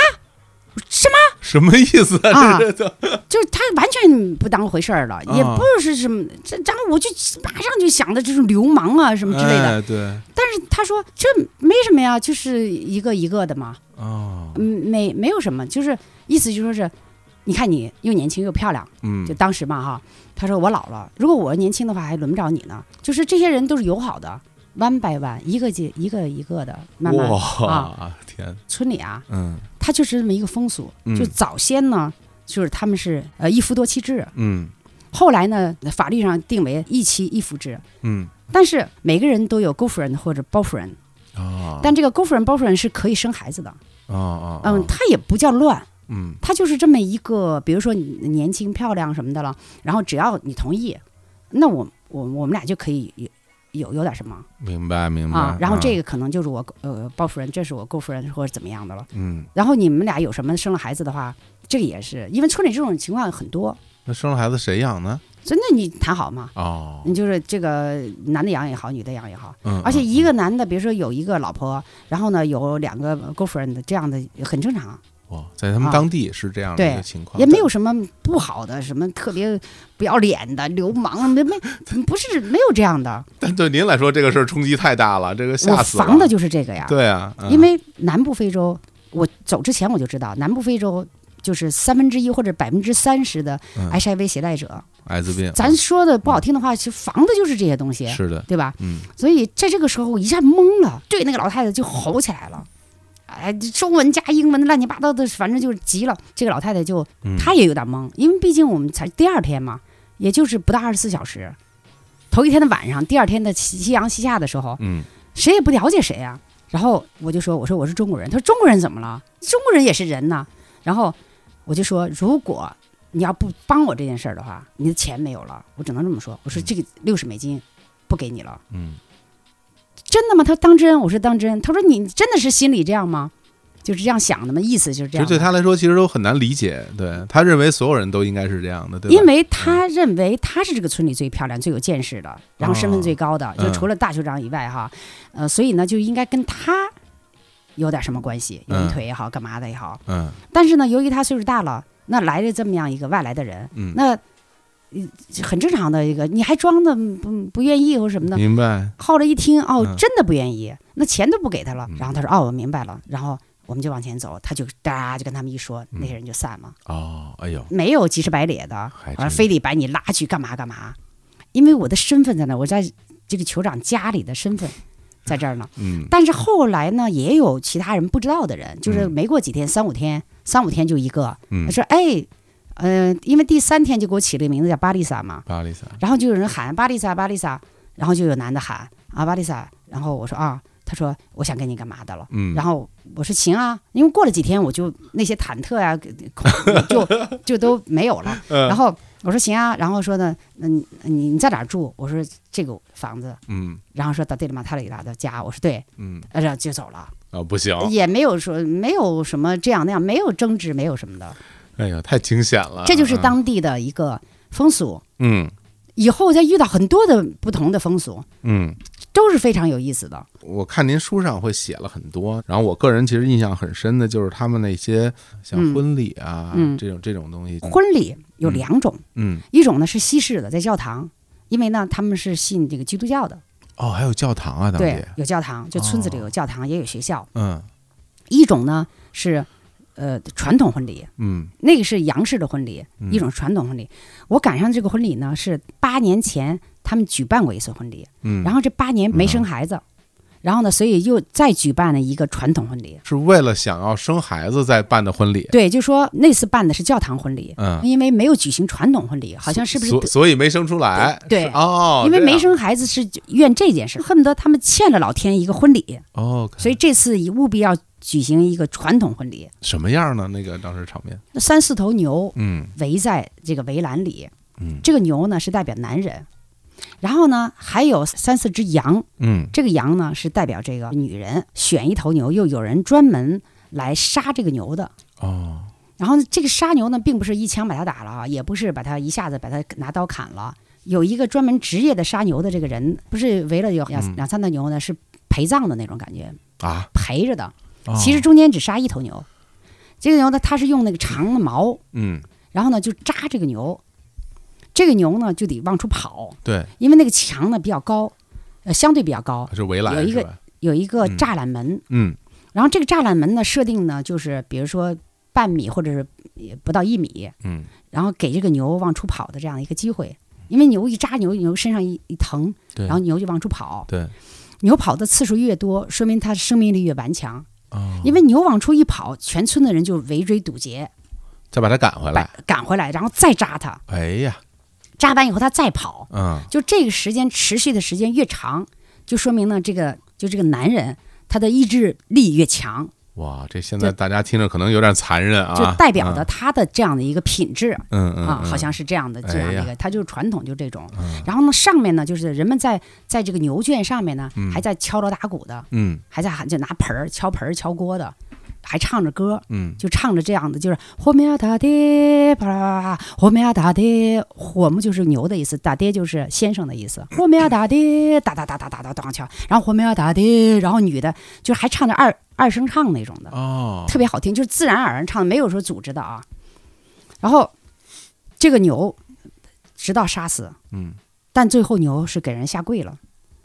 S2: 什么？
S1: 什么意思
S2: 啊
S1: 这这这
S2: 就是他完全不当回事儿了，也
S1: 啊
S2: 不是什么。这然后我就马上就想的就是流氓啊什么之类的。
S1: 哎对，
S2: 但是他说这没什么呀，就是一个一个的嘛，
S1: 哦，
S2: 嗯，没没有什么，就是意思就说是你看你又年轻又漂亮，
S1: 嗯
S2: 就当时嘛哈，他说我老了，如果我年轻的话，还轮不着你呢。就是这些人都是友好的，弯掰弯，一个接一个一个的，慢慢
S1: 哇，天，
S2: 村里啊，
S1: 嗯
S2: 他就是这么一个风俗。
S1: 嗯
S2: 就早先呢，就是他们是呃一夫多妻制，
S1: 嗯
S2: 后来呢，法律上定为一妻一夫制。
S1: 嗯
S2: 但是每个人都有勾夫人或者包夫人，
S1: 啊，
S2: 但这个勾夫人、包夫人是可以生孩子的。
S1: 啊啊，啊
S2: 嗯，他也不叫乱，
S1: 嗯
S2: 他就是这么一个，比如说你年轻漂亮什么的了，然后只要你同意，那我我我们俩就可以有有有点什么
S1: 明白明白嗯
S2: 啊。然后这
S1: 个
S2: 个可能就是我呃包夫人，这是我勾夫人或者怎么样的了。
S1: 嗯，
S2: 然后你们俩有什么生了孩子的话，这个也是，因为村里这种情况很多，
S1: 那生了孩子谁养呢？
S2: 真的你谈好嘛，
S1: 哦，
S2: 你嗯就是这个男的养也好，女的养也好。
S1: 嗯，
S2: 而且
S1: 嗯
S2: 一个男的，比如说有一个老婆，然后呢有两个勾夫人的，这样的很正常，
S1: 哇，在他们
S2: 啊
S1: 当地是这样的一个
S2: 对
S1: 情况，
S2: 也没有什么不好的，什么特别不要脸的流氓，啊没没不是没有这样的。
S1: 但，但对您来说这个事儿冲击太大了，这个
S2: 我
S1: 吓死了。
S2: 防的就是这个呀，
S1: 对啊，嗯
S2: 因为南部非洲，我走之前我就知道，南部非洲就是三分之一或者百分之三十的
S1: 嗯
S2: HIV 携带者。
S1: 艾滋病，
S2: 咱说的不好听的话，其实防的就是这些东西，
S1: 是的，
S2: 对吧？
S1: 嗯
S2: 所以在这个时候，我一下懵了，对那个老太太就吼起来了。哎，中文加英文的乱七八糟的，反正就是急了。这个老太太就
S1: 嗯，
S2: 她也有点懵，因为毕竟我们才第二天嘛，也就是不到二十四小时。头一天的晚上，第二天的夕夕阳西下的时候，
S1: 嗯
S2: 谁也不了解谁啊。然后我就说：“我说我是中国人。”他说：“中国人怎么了？中国人也是人呐。”然后我就说：“如果你要不帮我这件事儿的话，你的钱没有了。”我只能这么说。我说：“这个六十美金不给你了。”
S1: 嗯
S2: 真的吗？他说当真？我说当真。他说你真的是心里这样吗？就是这样想的吗？意思就是
S1: 其实
S2: 这样
S1: 对
S2: 的。
S1: 他来说，其实都很难理解。对他认为所有人都应该是这样的，对吧？
S2: 因为他认为他是这个村里最漂亮、最有见识的，然后身份最高的，
S1: 嗯
S2: 就除了大酋长以外哈，呃，所以呢就应该跟他有点什么关系，
S1: 嗯
S2: 有一腿也好，干嘛的也好。
S1: 嗯
S2: 但是呢，由于他岁数大了，那来了这么样一个外来的人，
S1: 嗯，
S2: 那呃很正常的一个，你还装的不不愿意或什么的，
S1: 明白。
S2: 后来一听，哦，
S1: 嗯
S2: 真的不愿意，那钱都不给他了
S1: 嗯。
S2: 然后他说，哦，我明白了。然后我们就往前走，他就哒就跟他们一说，
S1: 嗯
S2: 那些人就散了，
S1: 哦，哎呦，
S2: 没有急赤白脸的
S1: 还，真
S2: 完
S1: 是
S2: 非得把你拉去干嘛干嘛。因为我的身份在那，我在这个酋长家里的身份在这儿呢。
S1: 嗯
S2: 但是后来呢，也有其他人不知道的人，就是
S1: 嗯
S2: 没过几天，三五天，三五天就一个，
S1: 嗯
S2: 他，说，哎，呃，因为第三天就给我起了个名字叫巴丽萨嘛，
S1: 巴丽萨，
S2: 然后就有人喊巴丽萨巴丽萨，然后就有男的喊啊巴丽萨，然后我说啊，他说我想跟你干嘛的了，
S1: 嗯，
S2: 然后我说行啊，因为过了几天我就那些忐忑呀、 恐就就都 没有了，
S1: 嗯
S2: 然后我说行啊，然后说呢，嗯，你你在哪儿住？我说这个房子，
S1: 嗯
S2: 然后说到这里马塔里达的家，我说对，
S1: 嗯，
S2: 呃然后就走了，
S1: 啊，不行，
S2: 也没有说没有什么这样那样，没有争执，没有什么的，
S1: 哎呦，太惊险了。
S2: 这就是当地的一个风俗。
S1: 嗯
S2: 以后再遇到很多的不同的风俗，
S1: 嗯。嗯
S2: 都是非常有意思的。
S1: 我看您书上会写了很多，然后我个人其实印象很深的就是他们那些像
S2: 嗯
S1: 婚礼啊、
S2: 嗯
S1: 这种这种东西，
S2: 婚礼有两种，
S1: 嗯
S2: 一种呢是西式的，在教堂，因为呢他们是信这个基督教的，
S1: 哦，还有教堂啊，当
S2: 对
S1: 地，
S2: 有教堂，就村子里有教堂，也有学校。
S1: 嗯
S2: 一种呢是呃传统婚礼，
S1: 嗯
S2: 那个是洋式的婚礼，
S1: 嗯
S2: 一种传统婚礼。我赶上这个婚礼呢是八年前他们举办过一次婚礼，
S1: 嗯，
S2: 然后这八年没生孩子，然后呢，所以又再举办了一个传统婚礼。
S1: 是为了想要生孩子再办的婚礼，
S2: 对，就说那次办的是教堂婚礼，
S1: 嗯，
S2: 因为没有举行传统婚礼，好像是不是
S1: 所所以没生出来，
S2: 对
S1: 是哦，
S2: 因为
S1: 这样
S2: 没生孩子是怨这件事，恨不得他们欠了老天一个婚礼，
S1: 哦，
S2: 所以这次务必要举行一个传统婚礼。
S1: 什么样呢？那个当时场面，
S2: 那三四头牛
S1: 嗯
S2: 围在这个围栏里，
S1: 嗯
S2: 这个牛呢是代表男人，然后呢还有三四只羊，
S1: 嗯
S2: 这个羊呢是代表这个女人。选一头牛，又有人专门来杀这个牛的。
S1: 哦，
S2: 然后呢这个杀牛呢，并不是一枪把它打了啊，也不是把它一下子把它拿刀砍了。有一个专门职业的杀牛的这个人，不是围了有两、
S1: 嗯
S2: 两三头牛呢，是陪葬的那种感觉，
S1: 啊，
S2: 陪着的。
S1: 哦
S2: 其实中间只杀一头牛，这个牛呢，它是用那个长的矛，
S1: 嗯
S2: 然后呢就扎这个牛，这个牛呢就得往出跑，
S1: 对，
S2: 因为那个墙呢比较高，呃相对比较高，
S1: 是围栏
S2: 有一个
S1: 是吧
S2: 有一个
S1: 嗯
S2: 栅栏门，
S1: 嗯
S2: 然后这个栅栏门呢设定呢就是比如说半米或者是也不到一米，
S1: 嗯，
S2: 然后给这个牛往出跑的这样一个机会。因为牛一扎牛，牛身上一一疼，
S1: 对
S2: 然后牛就往出跑。
S1: 对
S2: 牛跑的次数越多，说明它生命力越顽强。
S1: 啊，
S2: 因为牛往出一跑，全村的人就围追堵截，
S1: 再把它赶回来。
S2: 把赶回来，然后再扎它。
S1: 哎呀，
S2: 扎完以后，它再跑。
S1: 嗯，
S2: 就这个时间持续的时间越长，就说明呢，这个就这个男人他的意志力越强，
S1: 哇，这现在
S2: 就
S1: 大家听着可能有点残忍啊，
S2: 就代表着
S1: 啊
S2: 他的这样的一个品质。
S1: 嗯嗯
S2: 啊，
S1: 嗯
S2: 好像是这样的，这样的
S1: 哎
S2: 一
S1: 呀嗯
S2: 个，它就是传统，就这种。然后呢，上面呢，就是人们在在这个牛圈上面呢，还在敲锣打鼓的，
S1: 嗯
S2: 还在喊，就拿盆儿敲盆儿、敲锅的，还唱着歌，
S1: 嗯
S2: 就唱着这样的，就是火苗呀打爹，啪啦啦，火苗呀打爹，火木就是牛的意思，打爹就是先生的意 思，火苗呀打爹，哒哒哒哒哒哒咚敲，然后火苗呀打爹，然后女的就是还唱着二二声唱那种的，
S1: 哦，
S2: 特别好听，就是自然而然唱的，没有说组织的啊。然后这个牛直到杀死，
S1: 嗯，
S2: 但最后牛是给人下跪了。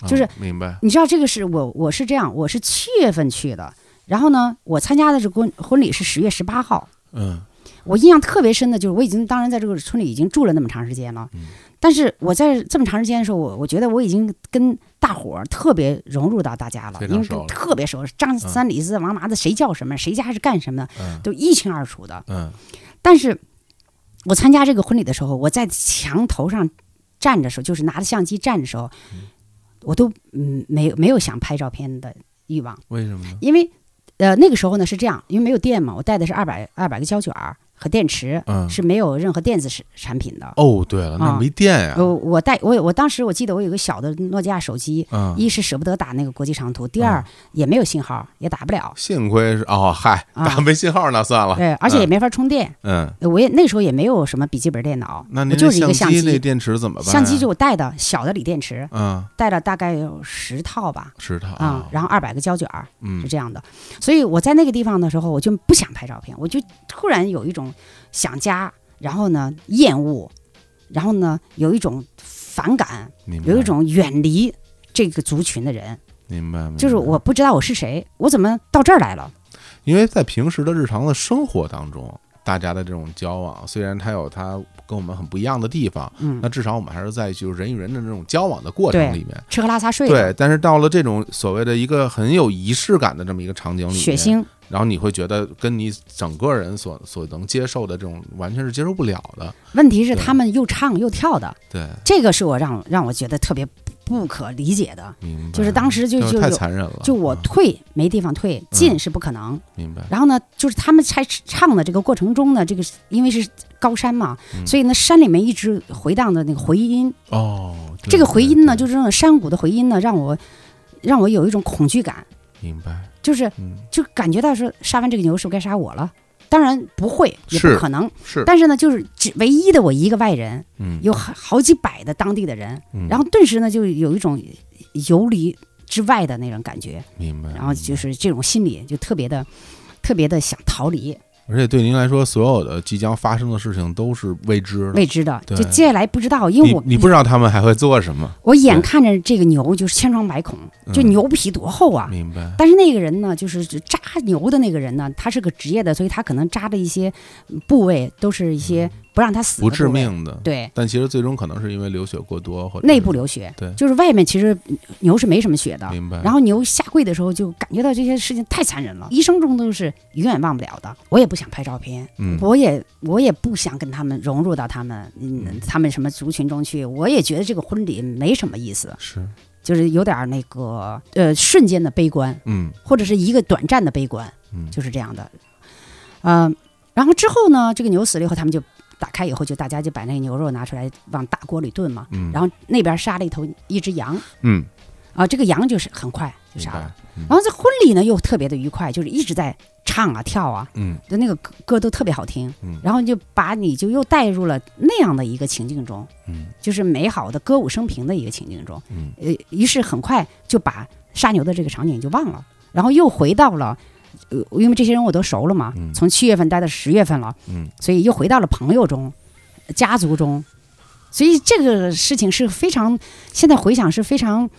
S1: 啊
S2: 就是
S1: 明白，
S2: 你知道这个是我我是这样，我是七月份去的，然后呢，我参加的这婚婚礼是十月十八号，
S1: 嗯
S2: 我印象特别深的就是，我已经当然在这个村里已经住了那么长时间了，
S1: 嗯
S2: 但是我在这么长时间的时候，我我觉得我已经跟大伙儿特别融入到大家了
S1: 非，常
S2: 因为
S1: 熟了
S2: 跟特别熟，张三李四王麻子谁叫什么，谁家是干什么的，
S1: 嗯
S2: 都一清二楚的。
S1: 嗯
S2: 但是我参加这个婚礼的时候，我在墙头上站着时候，就是拿着相机站的时候，我都嗯没有没有想拍照片的欲望，
S1: 为什么呢？
S2: 因为呃那个时候呢是这样，因为没有电嘛，我带的是二百二百个胶卷儿和电池，
S1: 嗯
S2: 是没有任何电子产产品的。
S1: 哦，对了，那
S2: 啊
S1: 没电呀，
S2: 我我带我有我当时我记得我有个小的诺基亚手机，
S1: 嗯，
S2: 一是舍不得打那个国际长途，第二
S1: 嗯
S2: 也没有信号，也打不了，
S1: 幸亏是哦，嗨，
S2: 啊
S1: 打没信号那算了，
S2: 对，而且也
S1: 嗯
S2: 没法充电。呃
S1: 嗯，
S2: 我也那时候也没有什么笔记本电脑，
S1: 那
S2: 我
S1: 您
S2: 就是一
S1: 相
S2: 个相
S1: 机
S2: 机，
S1: 那电池怎么办呀？
S2: 相机就我带的小的锂电池，
S1: 嗯，
S2: 带了大概有十套吧，
S1: 石头
S2: 啊、然后二百个胶卷儿
S1: 嗯
S2: 是这样的。所以我在那个地方的时候，我就不想拍照片，我就突然有一种想家，然后呢厌恶，然后呢有一种反感，
S1: 明白
S2: 有一种远离这个族群的人，
S1: 明白，明白
S2: 就是我不知道我是谁，我怎么到这儿来了？
S1: 因为在平时的日常的生活当中，大家的这种交往，虽然它有它跟我们很不一样的地方，
S2: 嗯
S1: 那，至少我们还是在就是人与人的这种交往的过程里面。
S2: 吃喝拉撒睡
S1: 对，
S2: 的，
S1: 但是到了这种所谓的一个很有仪式感的这么一个场景里面，
S2: 血腥，
S1: 然后你会觉得跟你整个人所所能接受的这种完全是接受不了的。
S2: 问题是
S1: 对
S2: 他们又唱又跳的，
S1: 对，
S2: 这个是我让让我觉得特别不可理解的。
S1: 明白。
S2: 就是当时就
S1: 就是
S2: 就
S1: 太
S2: 有
S1: 残忍了。
S2: 就我
S1: 嗯
S2: 退没地方退，进是不可能。
S1: 明白，
S2: 然后呢，就是他们在唱的这个过程中呢，这个因为是高山嘛，
S1: 嗯
S2: 所以呢，山里面一直回荡的那个回音，
S1: 哦，对
S2: 这个回音呢，
S1: 对
S2: 就是那种山谷的回音呢，让我让我有一种恐惧感，
S1: 对明白，
S2: 就是
S1: 嗯，
S2: 就感觉到说杀完这个牛是不是该杀我了？当然不会，也不
S1: 是
S2: 可能。
S1: 是，
S2: 但是呢，就是只唯一的我一个外人，
S1: 嗯，
S2: 有好好几百的当地的人，
S1: 嗯
S2: 然后顿时呢，就有一种游离之外的那种感觉。
S1: 明白，嗯
S2: 然后就是这种心理就特别的、特别的想逃离
S1: 而且对您来说，所有的即将发生的事情都是未知的，
S2: 未知的，
S1: 对
S2: 就接下来不知道，因为
S1: 你
S2: 我
S1: 你不知道他们还会做什么，
S2: 我眼看着这个牛就是千疮百孔，就
S1: 嗯
S2: 牛皮多厚啊！
S1: 明白？
S2: 但是那个人呢，就是就扎牛的那个人呢，他是个职业的，所以他可能扎的一些部位都是一些不让他死
S1: 嗯
S2: 的
S1: 不致
S2: 部位，
S1: 命的，
S2: 对，
S1: 但其实最终可能是因为流血过多或者
S2: 内部流血，
S1: 对
S2: 就是外面其实牛是没什么血的
S1: 是，。明白？
S2: 然后牛下跪的时候，就感觉到这些事情太残忍了，一生中都是永远忘不了的。我也不想拍照片，
S1: 嗯
S2: 我也我也不想跟他们融入到他们
S1: 嗯
S2: 嗯他们什么族群中去，我也觉得这个婚礼没什么意思，
S1: 是
S2: 就是有点儿那个呃瞬间的悲观，
S1: 嗯
S2: 或者是一个短暂的悲观，
S1: 嗯
S2: 就是这样的。嗯、然后之后呢，这个牛死了以后，他们就打开以后，就大家就把那个牛肉拿出来往大锅里炖嘛，
S1: 嗯，
S2: 然后那边杀了一头一只羊
S1: 嗯，
S2: 啊，这个羊就是很快就
S1: 明
S2: 杀了。
S1: 白？嗯
S2: 然后这婚礼呢又特别的愉快，就是一直在唱啊跳啊，
S1: 嗯
S2: 就那个歌歌都特别好听，
S1: 嗯
S2: 然后就把你就又带入了那样的一个情境中，
S1: 嗯
S2: 就是美好的歌舞升平的一个情境中，
S1: 嗯
S2: 呃，于是很快就把杀牛的这个场景就忘了，然后又回到了，呃，因为这些人我都熟了嘛，
S1: 嗯
S2: 从七月份待到十月份了，
S1: 嗯，
S2: 所以又回到了朋友中、家族中，所以这个事情是非常现在回想是非常，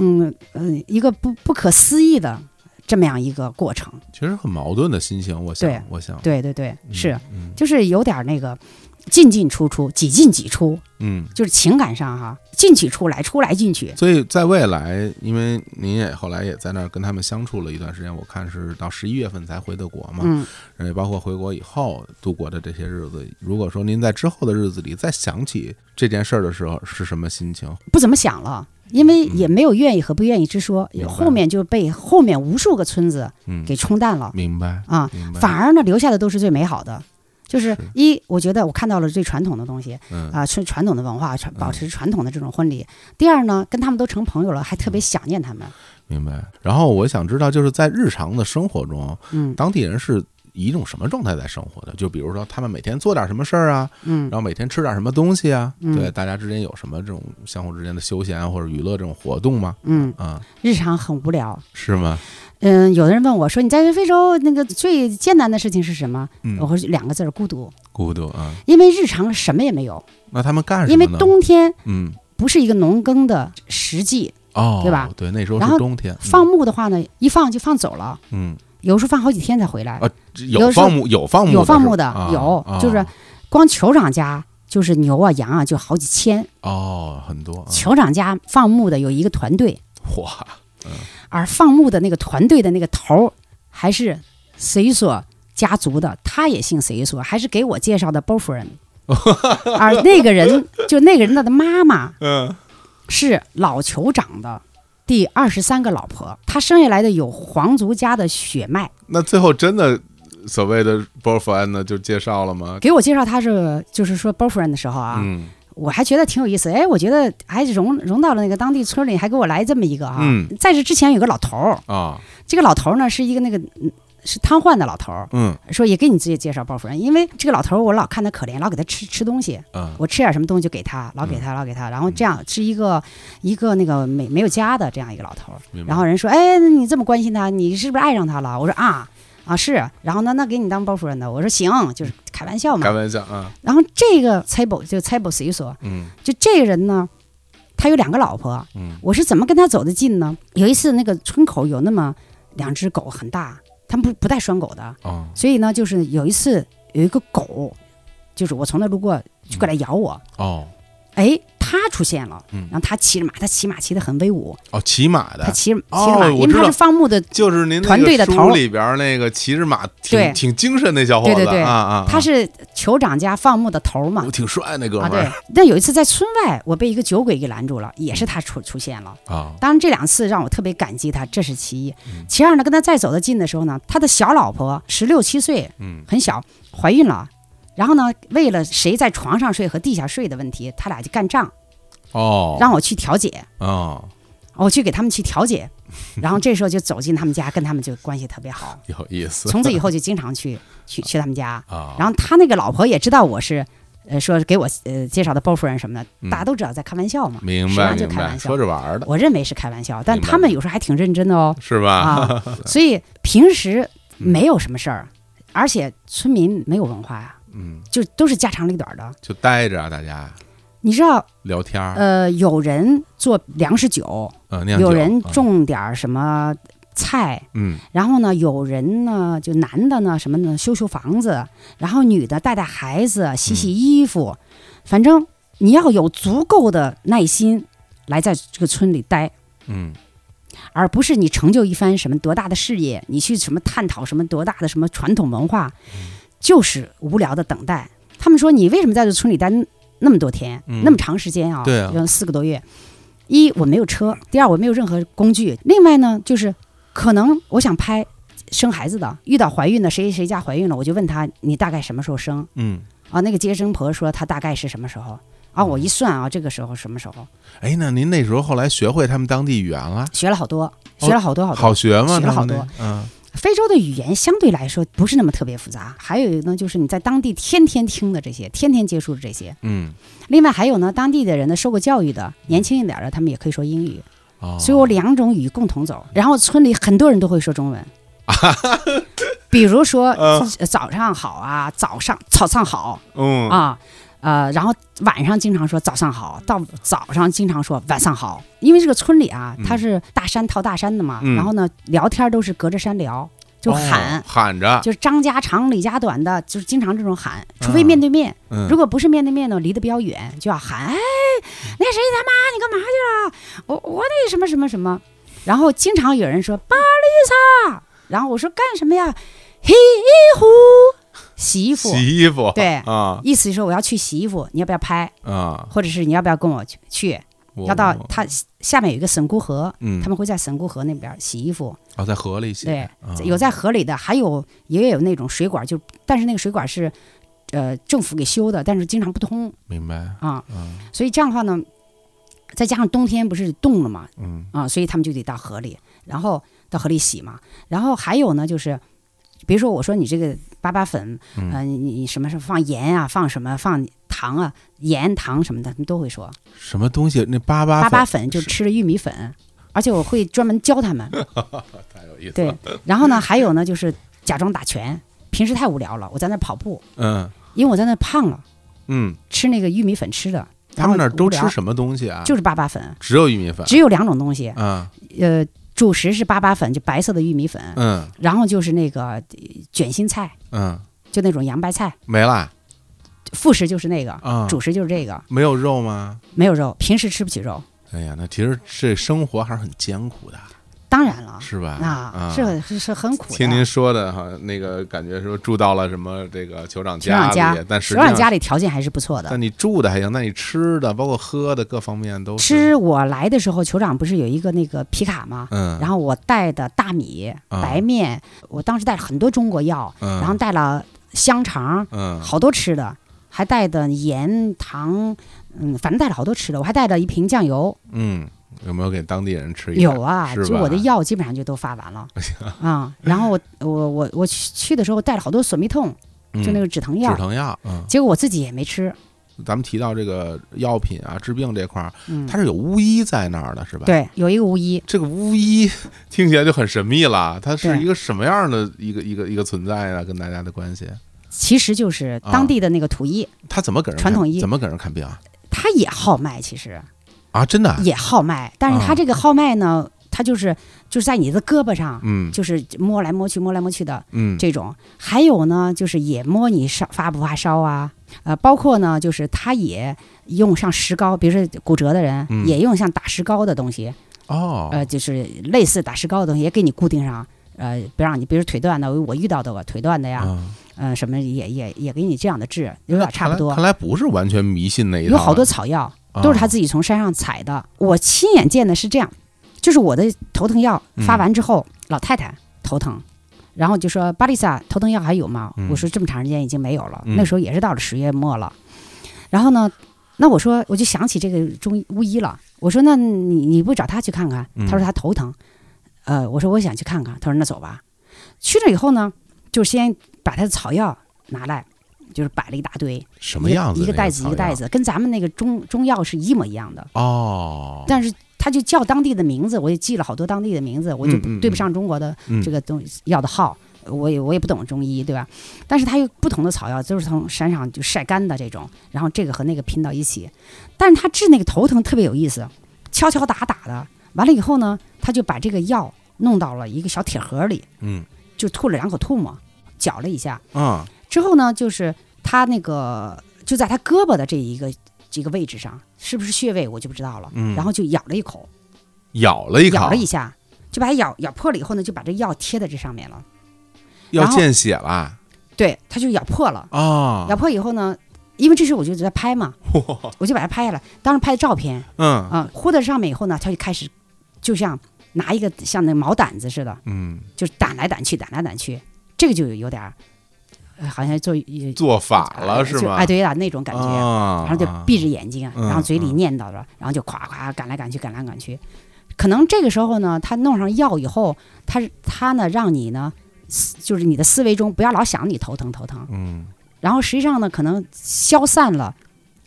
S2: 嗯呃，一个不不可思议的这么样一个过程。
S1: 其实很矛盾的心情，我想
S2: 对，
S1: 我想，
S2: 对对对，
S1: 嗯
S2: 是，，
S1: 嗯
S2: 就是有点那个进进出出，几进几出，
S1: 嗯。
S2: 就是情感上哈，进去出来，出来进去，
S1: 所以在未来，因为您也后来也在那儿跟他们相处了一段时间，我看是到十一月份才回的国嘛，
S2: 嗯，
S1: 然后也包括回国以后度过的这些日子。如果说您在之后的日子里再想起这件事儿的时候，是什么心情？
S2: 不怎么想了。因为也没有愿意和不愿意之说，
S1: 嗯明白
S2: 后面就被后面无数个村子
S1: 嗯，
S2: 给冲淡了
S1: 明白，
S2: 啊！
S1: 明白，
S2: 反而呢，留下的都是最美好的。就是
S1: 是
S2: 一，我觉得我看到了最传统的东西
S1: 嗯
S2: 啊，是传统的文化，传保持传统的这种婚礼。第二呢，跟他们都成朋友了，还
S1: 嗯
S2: 特别想念他们。
S1: 明白。然后我想知道，就是在日常的生活中，
S2: 嗯
S1: 当地人是以一种什么状态在生活的？就比如说，他们每天做点什么事儿啊，
S2: 嗯
S1: 然后每天吃点什么东西啊，
S2: 嗯
S1: 对，大家之间有什么这种相互之间的休闲啊或者娱乐这种活动吗？
S2: 嗯，
S1: 啊，
S2: 日常很无聊。
S1: 是吗？
S2: 嗯，有的人问我说：“你在非洲那个最艰难的事情是什么？”
S1: 嗯
S2: 我，会两个字儿：孤独。
S1: 孤独啊。
S2: 因为日常什么也没有，
S1: 那他们干什
S2: 因
S1: 么
S2: 为
S1: 呢？
S2: 冬天
S1: 嗯
S2: 不是一个农耕的时季，
S1: 哦，
S2: 对吧？
S1: 对，那时候
S2: 然
S1: 是
S2: 后
S1: 冬天，
S2: 放牧的话呢，一放就放走了，
S1: 嗯
S2: 有时候放好几天才回来。
S1: 啊，这有
S2: 有时候
S1: 放牧有放牧
S2: 有放牧
S1: 的
S2: 的
S1: 是吧，
S2: 有
S1: 啊
S2: 就是
S1: 啊
S2: 光酋长家就是牛啊羊啊就好几千，
S1: 哦，很多啊
S2: 酋长家放牧的有一个团队，
S1: 哇，
S2: 而放牧的那个团队的那个头儿还是谁所家族的，他也姓谁所，还是给我介绍的包 夫人，而那个人就那个人的妈妈
S1: 嗯
S2: 是老酋长的。第二十三个老婆，她生下来的有皇族家的血脉。
S1: 那最后真的所谓的波夫安呢，就介绍了吗？
S2: 给我介绍她是，就是说包夫人的时候啊，
S1: 嗯
S2: 我还觉得挺有意思，哎，我觉得还融融到了那个当地村里，还给我来这么一个啊。
S1: 嗯
S2: 在这之前有个老头儿，
S1: 啊
S2: 这个老头儿呢是一个那个嗯是瘫痪的老头儿，
S1: 嗯
S2: 说也给你直接介绍鲍夫人，因为这个老头儿我老看他可怜，老给他吃吃东西，
S1: 啊
S2: 我吃点什么东西就给他，老给
S1: 嗯
S2: 他老给他，然后这样是一个一个那个没没有家的这样一个老头儿。
S1: 明白
S2: 然后人说，哎，那你这么关心他，你是不是爱上他了？我说啊啊是，然后呢那给你当包夫人的，我说行，就是开玩笑
S1: 开
S2: 嘛。
S1: 玩笑啊，
S2: 然后这个猜宝就猜宝谁说，
S1: 嗯
S2: 就这个人呢，他有两个老婆，
S1: 嗯
S2: 我是怎么跟他走得近呢？有一次那个村口有那么两只狗很大，他们不不带拴狗的，
S1: 啊
S2: 所以呢，就是有一次有一个狗，就是我从那路过就过来咬我，
S1: 哦
S2: 哎，它出现了，
S1: 嗯
S2: 然后它骑着马，它骑马骑得很威武，
S1: 哦，骑马
S2: 它
S1: 的。
S2: 骑骑着
S1: 哦
S2: 马，
S1: 我
S2: 因为
S1: 知
S2: 它
S1: 道
S2: 是放牧的，
S1: 就是您那个
S2: 团队的
S1: 书
S2: 头儿
S1: 里边那个骑着马挺
S2: 对
S1: 挺精神那小伙子
S2: 对对对
S1: 啊啊，哦
S2: 它是酋长家放牧的头儿嘛
S1: 我。挺帅那哥
S2: 啊，
S1: 们
S2: 对
S1: 儿，
S2: 但有一次在村外，我被一个酒鬼给拦住了，也是他出出现了。
S1: 啊
S2: 当然，这两次让我特别感激他，这是其一。
S1: 嗯
S2: 其二呢，跟他再走得近的时候呢，他的小老婆十六七岁，
S1: 嗯
S2: 很小，怀孕了。然后呢，为了谁在床上睡和地下睡的问题，他俩就干仗，
S1: 哦
S2: 让我去调解，
S1: 哦
S2: 我去给他们去调解。 然后这时候就走进他们家，跟他们就关系特别 好。
S1: 有意思
S2: 从此以后就经常去去去他们家。
S1: 啊，
S2: 然后他那个老婆也知道我是，呃，说给我呃介绍的包夫人什么
S1: 嗯
S2: 的，大家都知道在开玩笑嘛。
S1: 明
S2: 实际
S1: 白
S2: 上就
S1: 明
S2: 开
S1: 白，
S2: 玩笑
S1: 说着玩儿的
S2: 我认为是开玩笑，但
S1: 明白
S2: 他们有时候还挺认真 的哦。
S1: 是吧？
S2: 啊，所以平时没有什么事儿，而且村民没有文化呀、
S1: 嗯，
S2: 就都是家长里短儿的。
S1: 就待着啊，大家
S2: 你知道，
S1: 聊天儿，
S2: 呃，有人做粮食酒，
S1: 嗯，酿
S2: 呃有
S1: 酒
S2: 人
S1: 嗯
S2: 种点儿什么菜，
S1: 嗯
S2: 然后呢，有人呢就男的呢什么呢修修房子，然后女的带带孩子，洗
S1: 嗯
S2: 洗衣服，反正你要有足够的耐心来在这个村里待。
S1: 嗯
S2: 而不是你成就一番什么多大的事业，你去什么探讨什么多大的什么传统文化，
S1: 嗯
S2: 就是无聊的等待。他们说你为什么在这村里待那么多天，
S1: 嗯
S2: 那么长时间啊？
S1: 对啊
S2: 有四个多月。一我没有车，第二我没有任何工具，另外呢就是可能我想拍生孩子的，遇到怀孕的谁谁家怀孕了，我就问他你大概什么时候生
S1: 嗯，
S2: 啊？那个接生婆说她大概是什么时候啊？我一算啊，这个时候什么时候？
S1: 哎，那您那时候后来学会他们当地语言了，
S2: 学了好多，学了好多好多，
S1: 好学吗？
S2: 学了好多
S1: 他们那，嗯，
S2: 非洲的语言相对来说不是那么特别复杂，还有一个呢，就是你在当地天天听的这些，天天接触的这些。
S1: 嗯，
S2: 另外还有呢，当地的人呢，受过教育的，年轻一点的，他们也可以说英语，
S1: 哦，
S2: 所以我两种语共同走。然后村里很多人都会 说中文，比如说、
S1: 嗯
S2: 呃早上好啊，早上早上好
S1: 嗯
S2: 啊，呃，然后晚上经常说早上好，到早上经常说晚上好，因为这个村里啊，它
S1: 嗯
S2: 是大山套大山的嘛，
S1: 嗯
S2: 然后呢，聊天都是隔着山聊，就喊，
S1: 哦喊着，
S2: 就是张家长李家短的，就是经常这种喊，除非面对面，
S1: 嗯
S2: 如果不是面对面呢，离得比较远，就要喊，哎，那谁他妈你干嘛去了？我我那什么什么什么，然后经常有人说巴丽莎，然后我说干什么呀？嘿一呼，洗衣服，
S1: 洗衣服，
S2: 对
S1: 啊
S2: 意思是说我要去洗衣服，你要不要拍？
S1: 啊，
S2: 或者是你要不要跟我去？去
S1: 我
S2: 要到它下面有一个沈固河，
S1: 哦嗯
S2: 他们会在沈固河那边洗衣服。
S1: 哦，在河里洗，
S2: 对
S1: 啊，
S2: 有在河里的，还有也有那种水管，就但是那个水管是呃政府给修的，但是经常不通
S1: 明白，
S2: 啊，
S1: 嗯
S2: 所以这样的话呢，再加上冬天不是冻了嘛
S1: 嗯
S2: 啊，所以他们就得到河里，然后到河里洗嘛。然后还有呢，就是比如说我说你这个粑粑粉，
S1: 嗯
S2: 呃，你你你什么时候放盐啊，放什么放糖啊，盐糖什么的，他们都会说。
S1: 什么东西？那粑粑
S2: 粑
S1: 粑
S2: 粑粉就吃玉米粉，而且我会专门教他们。
S1: 太有意 思，
S2: 对，，然后呢，还有呢就是假装打拳，平时太无聊了，我在那儿跑步，
S1: 嗯
S2: 因为我在那儿胖了，
S1: 嗯，
S2: 吃那个玉米粉吃的。
S1: 他们那
S2: 然
S1: 儿
S2: 后
S1: 都
S2: 无聊
S1: 吃什么东西啊？
S2: 就是粑粑粉，
S1: 只有玉米粉，
S2: 只有两种东西，
S1: 嗯
S2: 呃，主食是粑粑粉，就白色的玉米粉，
S1: 嗯
S2: 然后就是那个呃卷心菜，
S1: 嗯，
S2: 就那种洋白菜，
S1: 没啦
S2: 副食就是那个，
S1: 啊，
S2: 主食就是这个，
S1: 没有肉吗？
S2: 没有肉，平时吃不起肉。
S1: 哎呀，那其实这生活还是很艰苦的，
S2: 当然了，
S1: 是吧？
S2: 啊，是很是是很苦的。
S1: 听您说的哈，那个感觉说住到了什么这个酋长
S2: 酋
S1: 家
S2: 长家
S1: 里，啊但实
S2: 酋
S1: 际上
S2: 长啊家里条件还是不错的，
S1: 但你住的还行，那你吃的包括喝的各方面都是
S2: 吃我来的时候，酋长不是有一个那个皮卡吗？
S1: 嗯，
S2: 然后我带的大米、
S1: 啊
S2: 白面，我当时带了很多中国药，
S1: 嗯
S2: 然后带了香肠，
S1: 嗯
S2: 好多吃的，还带的盐、糖，嗯，反正带了好多吃的。我还带了一瓶酱油，
S1: 嗯，有没有给当地人吃一点？
S2: 有啊，
S1: 哎是
S2: 就我的
S1: 吧哎
S2: 药基本上就都发完了啊、然后我我我我去去的时候带了好多索密痛，就那
S1: 嗯
S2: 个止疼药
S1: 止，疼药。嗯，
S2: 结果我自己也没吃。
S1: 咱们提到这个药品啊，治病这块儿，
S2: 嗯，
S1: 它是有巫医在那儿的，是吧？。
S2: 对，有一个巫医，
S1: 这个巫医听起来就很神秘了，它是
S2: 对
S1: 一个什么样的一个一个一个存在啊呢？跟大家的关系，
S2: 其实就是
S1: 啊
S2: 当地的那个土医，
S1: 他怎么给人
S2: 传统
S1: 看
S2: 医
S1: 怎么给人看病啊？
S2: 他也好卖，其实。
S1: 啊，真的啊，
S2: 也好卖，但是
S1: 啊
S2: 他这个好卖呢，他就是就是在你的胳膊上，
S1: 嗯
S2: 就是摸来摸去、摸来摸去的
S1: 嗯，
S2: 这种。还有呢，就是也摸你烧发不发烧啊，呃，包括呢，就是他也用上石膏，比如说骨折的人、
S1: 嗯
S2: 也用像打石膏的东西，
S1: 哦，
S2: 呃，就是类似打石膏的东西，也给你固定上。呃，不让你，比如腿断的，我遇到的我腿断的呀，
S1: 嗯
S2: 呃，什么也也也给你这样的治，有点
S1: 那
S2: 差
S1: 看
S2: 不
S1: 来
S2: 多
S1: 看。来不是完全迷信那一套
S2: 有
S1: 啊，
S2: 好多草药，都是他自己从山上采的。我亲眼见的是这样，就是我的头疼药
S1: 嗯
S2: 发完之后，老太太头疼，然后就说巴丽萨头疼药还有吗？
S1: 嗯
S2: 我说这么长时间已经没有了，
S1: 嗯
S2: 那时候也是到了十月末了。然后呢，那我说我就想起这个中医巫医了，我说那你你不找他去看看？
S1: 嗯
S2: 他说他头疼，呃，我说我想去看看，他说那走吧。去了以后呢，就先把他的草药拿来，就是摆了一大堆，
S1: 嗯什么样子
S2: 一个
S1: 那
S2: 袋子一
S1: 草
S2: 个
S1: 药
S2: 袋子，跟咱们那个中中药是一模一样的，
S1: 哦，
S2: 但是他就叫当地的名字，我也记了好多当地的名字，我就
S1: 嗯嗯
S2: 对不上中国的
S1: 嗯
S2: 这个东药的号，我也我也不懂中医，对吧？但是它有不同的草药，就是从山上就晒干的这种，然后这个和那个拼到一起，但是他治那个头疼特别有意思，敲敲打打的，完了以后呢，他就把这个药弄到了一个小铁盒里，
S1: 嗯
S2: 就吐了两口唾沫，搅了一下，
S1: 啊
S2: 之后呢，就是他那个就在他胳膊的这一个这个位置上，是不是穴位我就不知道了。
S1: 嗯
S2: 然后就咬了一口，
S1: 咬了一口，
S2: 咬了一下，就把它咬咬破了以后呢，就把这药贴在这上面了。
S1: 要
S2: 然后
S1: 见血了
S2: 对，他就咬破了，
S1: 啊
S2: 咬，破以后呢，因为这时候我就在拍嘛，
S1: 哇
S2: 我就把它拍下来，当时拍的照片
S1: 嗯
S2: 啊，糊在上面以后呢，他就开始就像拿一个像那毛掸子似的，
S1: 嗯，
S2: 就是掸来掸去，掸来掸去，这个就有点儿，呃好像做也
S1: 做法了是
S2: 就
S1: 吗？
S2: 哎，对呀，那种感觉。
S1: 啊，
S2: 然后就闭着眼睛，啊
S1: 嗯
S2: 然后嘴里
S1: 嗯
S2: 念叨着，然后就夸夸赶来赶去，赶来赶去。可能这个时候呢，他弄上药以后，他他呢让你呢，思就是你的思维中不要老想你头疼头疼，
S1: 嗯
S2: 然后实际上呢，可能消散了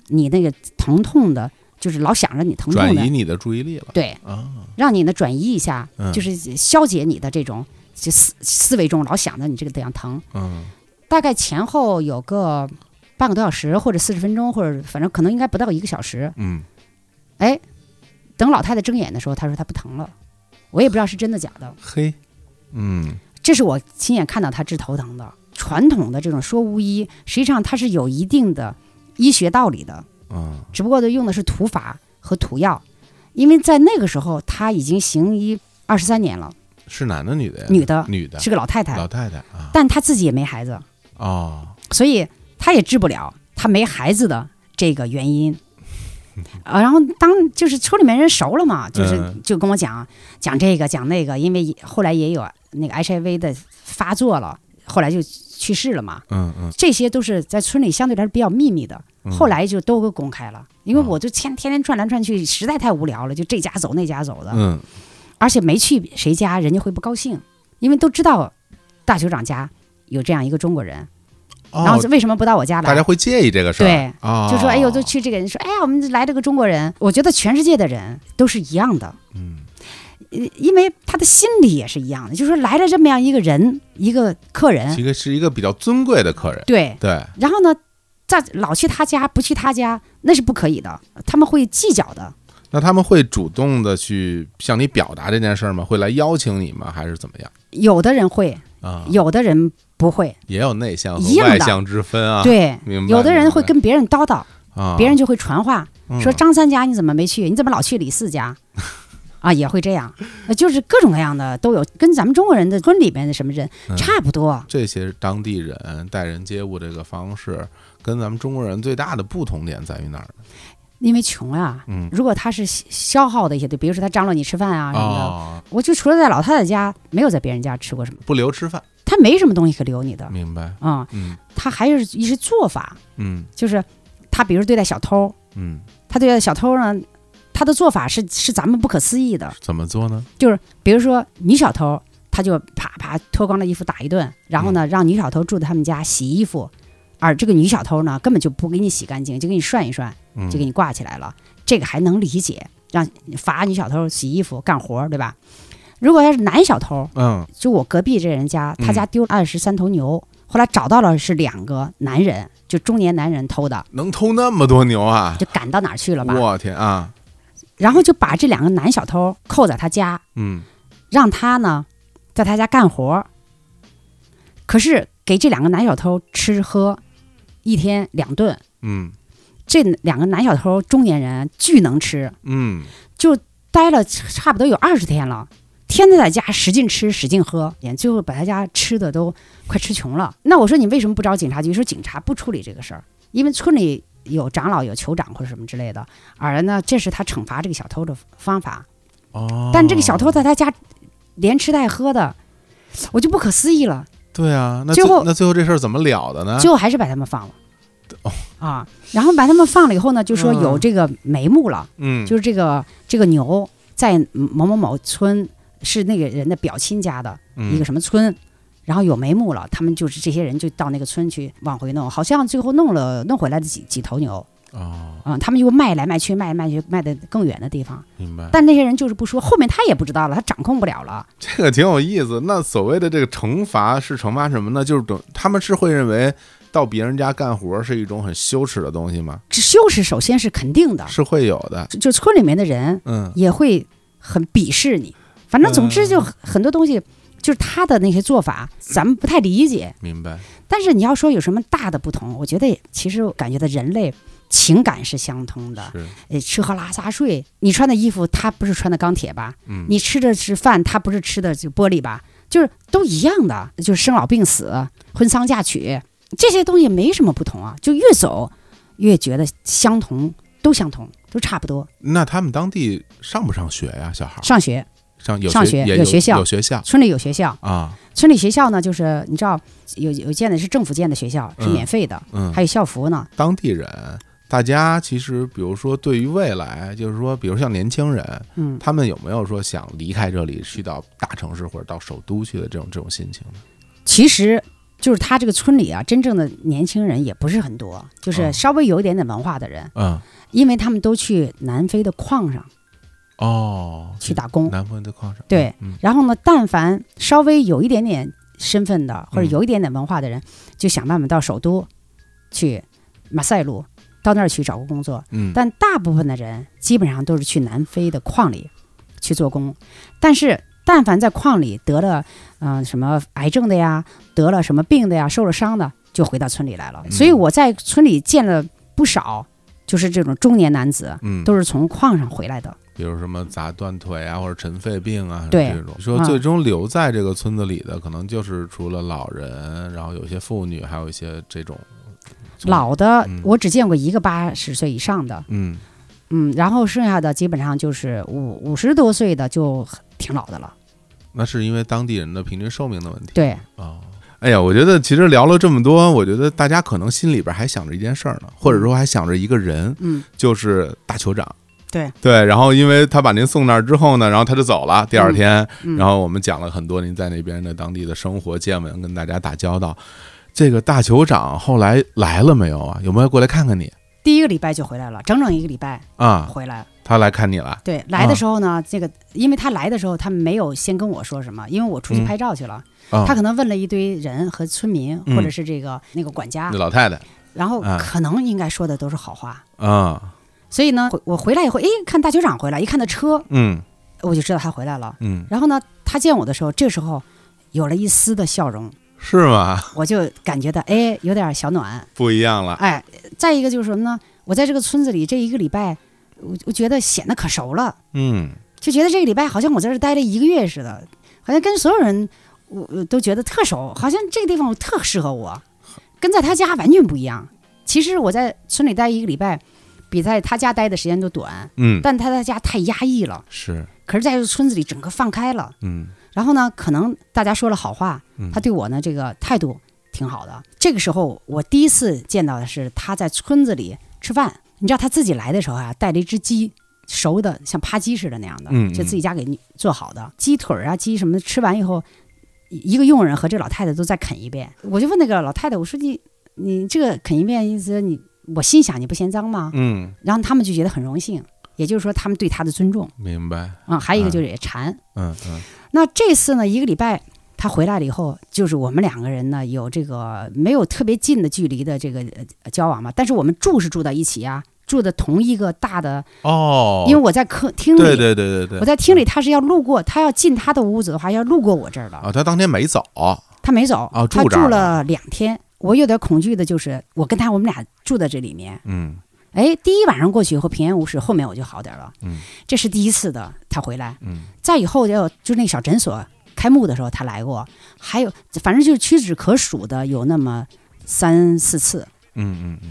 S2: 你那个疼痛的，就是老想着你疼
S1: 转
S2: 痛
S1: 移
S2: 的，
S1: 你的注意力了
S2: 对，
S1: 啊，
S2: 让你呢转移一下，
S1: 嗯
S2: 就是消解你的这种就思思维中老想着你这个地方疼。
S1: 嗯
S2: 大概前后有个半个多小时或者四十分钟，或者反正可能应该不到一个小时。
S1: 嗯，
S2: 哎，等老太太睁眼的时候，她说她不疼了，我也不知道是真的假的，
S1: 嘿，嗯
S2: 这是我亲眼看到她治头疼的。传统的这种说巫医，实际上它是有一定的医学道理的，
S1: 啊，
S2: 只不过呢用的是土法和土药，因为在那个时候她已经行医二十三年了，
S1: 是男的女的呀？
S2: 女的
S1: 女的，
S2: 是个老太太
S1: 老，太太啊，
S2: 但她自己也没孩子，
S1: 哦，
S2: 所以她也治不了她没孩子的这个 原因。啊，然后当就是村里面人熟了嘛，就是
S1: 嗯
S2: 就跟我讲讲这个讲那个，因为也后来也有那个 HIV 的发作了，后来就去世了嘛。
S1: 嗯嗯
S2: 这些都是在村里相对来说比较秘密的，
S1: 嗯，
S2: 后来就都给公开了。因为
S1: 啊
S2: 我就天天天转来转去，实在太无聊了，就这家走那家走的，
S1: 嗯
S2: 而且没去谁家，人家会不高兴，因为都知道大酋长家有这样一个中国人，
S1: 哦，
S2: 然后为什么不到我家来？
S1: 大家会介意这个事儿，
S2: 对
S1: 啊，
S2: 就说哎呦，都去这个人说哎呀，我们来了个中国人。我觉得全世界的人都是一样的，
S1: 嗯
S2: 呃因为他的心理也是一样的，就是说来了这么样一个人，一个客人，
S1: 这个是一个比较尊贵的客人，
S2: 对，
S1: 对，
S2: 然后呢，在老去他家不去他家那是不可以的，他们会计较的。
S1: 那他们会主动的去向你表达这件事儿吗？会来邀请你吗？还是怎么样？
S2: 有的人会，
S1: 啊，
S2: 有的人不会，
S1: 也有内向
S2: 一
S1: 和
S2: 样
S1: 外
S2: 的
S1: 向之分啊，
S2: 对
S1: 明，白
S2: 有的人会跟别人叨叨，
S1: 啊，
S2: 别人就会传话
S1: 嗯
S2: 说张三家你怎么没去？你怎么老去李四 家？啊，也会这样，呃就是各种各样的都有，跟咱们中国人的村里面的什么人
S1: 嗯
S2: 差不多。
S1: 这些当地人待人接物这个方式，跟咱们中国人最大的不同点在于哪儿呢？
S2: 因为穷啊，
S1: 嗯
S2: 如果他是消消耗的一些，对，比如说他张罗你吃饭啊什么的，
S1: 哦，
S2: 我就除了在老太太家，没有在别人家吃过什么，
S1: 不留吃饭，
S2: 他没什么东西可留你的
S1: 明白？
S2: 啊、
S1: 嗯
S2: 他还是一些做法，
S1: 嗯
S2: 就是他比如对待小偷，
S1: 嗯，
S2: 他对待小偷呢，他的做法是是咱们不可思议的，
S1: 怎么做呢？
S2: 就是比如说女小偷，他就啪啪脱光了衣服打一顿，然后呢让女小偷住在他们家洗衣服，而这个女小偷呢根本就不给你洗干净，就给你涮一涮。
S1: 嗯，
S2: 就给你挂起来了，这个还能理解，让罚女小偷洗衣服干活儿，对吧？如果要是男小偷，
S1: 嗯
S2: 就我隔壁这人家，
S1: 嗯
S2: 他家丢二十三头牛，后来找到了是两个男人，就中年男人偷的，
S1: 能偷那么多牛啊！
S2: 就赶到哪儿去了吧？
S1: 我天啊！
S2: 然后就把这两个男小偷扣在他家，
S1: 嗯，
S2: 让他呢在他家干活儿，可是给这两个男小偷吃喝，一天两顿。
S1: 嗯
S2: 这两个男小偷中年人巨能吃，
S1: 嗯，
S2: 待了差不多有二十天了，天天在家使劲吃使劲喝，最后把他家吃的都快吃穷了。那我说你为什么不找警察局？说警察不处理这个事儿，因为村里有长老、有酋长或者什么之类的。而呢，这是他惩罚这个小偷的方法。
S1: 哦，
S2: 但这个小偷在他家连吃带喝的，我就不可思议了。
S1: 对啊，那
S2: 最后
S1: 那最后这事儿怎么了的呢？
S2: 最后还是把他们放了。
S1: 啊哦
S2: 啊，然后把他们放了以后呢，就说
S1: 嗯
S2: 有这个眉目了。
S1: 嗯，
S2: 就是这个这个牛在某某某村是那个人的表亲家的一个
S1: 嗯
S2: 什么村，然后有眉目了，他们就是这些人就到那个村去往回弄，好像最后弄了弄回来的几几头牛，
S1: 哦，
S2: 嗯，他们又卖来卖去，卖来卖去，卖的更远的地方，
S1: 明白。
S2: 但那些人就是不说，后面他也不知道了，他掌控不了了，
S1: 这个挺有意思。那所谓的这个惩罚是惩罚什么呢？就是等他们是会认为到别人家干活是一种很羞耻的东西吗？
S2: 这羞耻首先是肯定的，
S1: 是会有的。
S2: 就村里面的人
S1: 嗯
S2: 也会很鄙视你，反正总之就很很多东西。就是他的那些做法，咱们不太理解，
S1: 明白。
S2: 但是你要说有什么大的不同，我觉得也其实我感觉到人类情感是相通的。
S1: 是，
S2: 诶，吃喝拉撒睡，你穿的衣服他不是穿的钢铁吧？
S1: 嗯，
S2: 你吃的是饭，他不是吃的就玻璃吧？就是都一样的，就是生老病死、婚丧嫁娶这些东西没什么不同啊。就越走越觉得相同，都相同，都差不多。
S1: 那他们当地上不上学呀？小孩儿
S2: 上学，
S1: 上有
S2: 上学
S1: 也
S2: 有学校
S1: 有学校
S2: 村里有学校，
S1: 啊。
S2: 村里学校呢，就是你知道有有建的是政府建的学校，是
S1: 嗯
S2: 免费的，
S1: 嗯
S2: 还，有校服呢。
S1: 当地人。大家其实，比如说，对于未来，就是说，比如像年轻人，
S2: 嗯，
S1: 他们有没有说想离开这里，去到大城市或者到首都去的这种这种心情呢？
S2: 其实就是他这个村里啊，真正的年轻人也不是很多，就是
S1: 嗯
S2: 稍微有一点点文化的人，
S1: 嗯，
S2: 因为他们都去南非的矿上
S1: 哦，
S2: 去打工。
S1: 南方的矿上，
S2: 对
S1: 嗯，
S2: 然后呢，但凡稍微有一点点身份的或者呃
S1: 嗯
S2: 有一点点文化的人，就想办法到首都去。马赛路，到那儿去找过工作。
S1: 嗯，
S2: 但大部分的人基本上都是去南非的矿里去做工，但是但凡在矿里得了嗯、呃什么癌症的呀，得了什么病的呀，受了伤的，就回到村里来
S1: 嗯
S2: 了。所以我在村里见了不少，就是这种中年男子，
S1: 嗯，
S2: 都是从矿上回来的。
S1: 比如什么砸断腿啊，或者尘肺病啊，
S2: 对
S1: 这种说
S2: 嗯
S1: 最终留在这个村子里的，可能就是除了老人，然后有些妇女，还有一些这种
S2: 老的
S1: 嗯
S2: 我只见过一个八十岁以上的，
S1: 嗯
S2: 嗯，然后剩下的基本上就是五五十多岁的就挺老的了。
S1: 那是因为当地人的平均寿命的问题。
S2: 对，
S1: 哦，哎呀，我觉得其实聊了这么多，我觉得大家可能心里边还想着一件事儿呢，或者说还想着一个人，
S2: 嗯，
S1: 就是大酋长。
S2: 对
S1: 对，然后因为他把您送那儿之后呢，然后他就走了。第二天，
S2: 嗯
S1: 然后我们讲了很多您在那边的当地的生活见闻，跟大家打交道。这个大酋长后来来了没有啊？有没有过来看看你
S2: 第一个礼拜就回来了，整整一个礼拜
S1: 啊？
S2: 回来。
S1: 他来看你了。
S2: 对，来的时候呢，这个因为他来的时候他没有先跟我说什么，因为我出去
S1: 嗯
S2: 拍照去了，
S1: 啊、
S2: 他可能问了一堆人和村民、
S1: 嗯
S2: 或者是这个那个管家
S1: 那，老太太
S2: 然后
S1: 啊
S2: 可能应该说的都是好话。
S1: 啊，
S2: 所以呢，回我回来以后，哎，看大酋长回来，一看他车，
S1: 嗯
S2: 我就知道他回来了。
S1: 嗯，
S2: 然后呢，他见我的时候，这时候有了一丝的笑容，
S1: 是吗？
S2: 我就感觉到哎，有点小暖。
S1: 不一样了。
S2: 哎，再一个就是什么呢？我在这个村子里这一个礼拜，我我觉得显得可熟了，
S1: 嗯
S2: 就觉得这个礼拜好像我在这儿待了一个月似的，好像跟所有人我我都觉得特熟，好像这个地方我特适合我，跟在他家完全不一样。其实我在村里待一个礼拜，比在他家待的时间都短，
S1: 嗯，
S2: 但他在家太压抑了。
S1: 是
S2: 可是在这村子里整个放开了，
S1: 嗯
S2: 然后呢，可能大家说了好话，
S1: 嗯，
S2: 他对我呢这个态度挺好的。这个时候我第一次见到的是他在村子里吃饭，你知道他自己来的时候啊，带了一只鸡，熟的像扒鸡似的那样的，
S1: 嗯嗯
S2: 就自己家给你做好的鸡腿儿啊、鸡什么的，吃完以后，一一个佣人和这老太太都再啃一遍。我就问那个老太太，我说你你这个啃一遍意思你，我心想你不嫌脏吗？
S1: 嗯，
S2: 然后他们就觉得很荣幸，也就是说他们对他的尊重
S1: 明白。
S2: 啊、还有一个就是也馋。
S1: 嗯嗯
S2: 那这次呢，一个礼拜他回来了以后，就是我们两个人呢有这个没有特别近的距离的这个呃交往嘛，但是我们住是住在一起啊，住的同一个大的，
S1: 哦，
S2: 因为我在客厅里，
S1: 对对对对对，
S2: 我在厅里，他是要路过，他要进他的屋子的话，要路过我这儿的，
S1: 啊，他当天没走，
S2: 他没走，
S1: 哦
S2: 他
S1: 住这儿了
S2: 住了两天。我有点恐惧的就是，我跟他我们俩住在这里面，
S1: 嗯
S2: 哎，第一晚上过去以后平安无事，后面我就好点了。
S1: 嗯，
S2: 这是第一次的他回来，
S1: 嗯
S2: 再以后就就那小诊所开幕的时候他来过，还有反正就是屈指可数的有那么三四次。
S1: 嗯嗯嗯，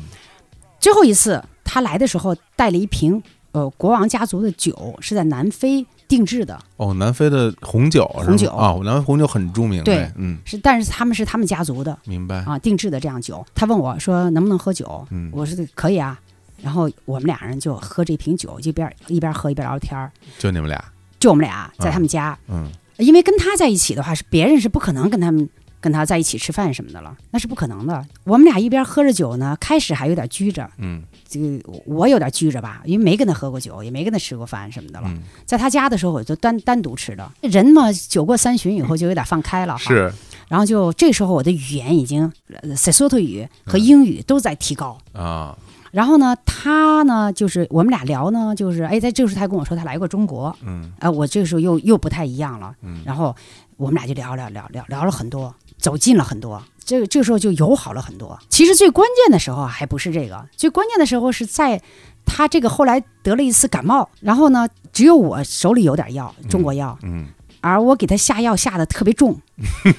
S2: 最后一次他来的时候带了一瓶呃国王家族的酒，是在南非定制的，
S1: 哦，南非的红酒是吗，
S2: 红酒
S1: 啊，南非红酒很著名，
S2: 对
S1: 哎，嗯，
S2: 是但是他们是他们家族的
S1: 明白，
S2: 啊定制的这样酒。他问我说能不能喝酒，
S1: 嗯
S2: 我说可以啊。然后我们俩人就喝这瓶酒，一边一边喝一边聊天儿，
S1: 就你们俩，
S2: 就我们俩在他们家。
S1: 嗯
S2: 因为跟他在一起的话，是别人是不可能跟他们跟他在一起吃饭什么的了，那是不可能的。我们俩一边喝着酒呢，开始还有点拘着，
S1: 嗯
S2: 这个我有点拘着吧，因为没跟他喝过酒，也没跟他吃过饭什么的了。
S1: 嗯，
S2: 在他家的时候，我就单单独吃的。人嘛，酒过三巡以后就有点放开了，。
S1: 是
S2: 然后就这时候我的语言已经塞索托语
S1: 嗯
S2: 和英语都在提高。
S1: 啊，
S2: 然后呢，他呢，就是我们俩聊呢，就是哎，在这个时候他跟我说他来过中国，
S1: 嗯
S2: 哎、我这个时候又又不太一样了，
S1: 嗯
S2: 然后我们俩就聊聊聊聊聊了很多，走近了很多。这个这个时候就友好了很多。其实最关键的时候啊还不是这个，最关键的时候是在他这个后来得了一次感冒，然后呢，只有我手里有点药，中国药，
S1: 嗯
S2: 而我给他下药下的特别重，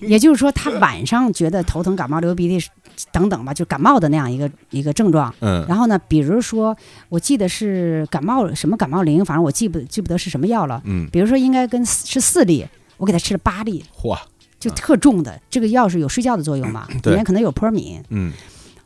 S2: 也就是说他晚上觉得头疼、感冒、流鼻涕等等吧，就感冒的那样一个一个症状，
S1: 嗯
S2: 然后呢，比如说，我记得是感冒什么感冒灵，反正我记不记不得是什么药了。
S1: 嗯，
S2: 比如说应该跟四是四粒，我给他吃了八粒，
S1: 嚯，
S2: 就特重的。这个药是有睡觉的作用嘛？
S1: 嗯对
S2: 里面可能有泼敏。
S1: 嗯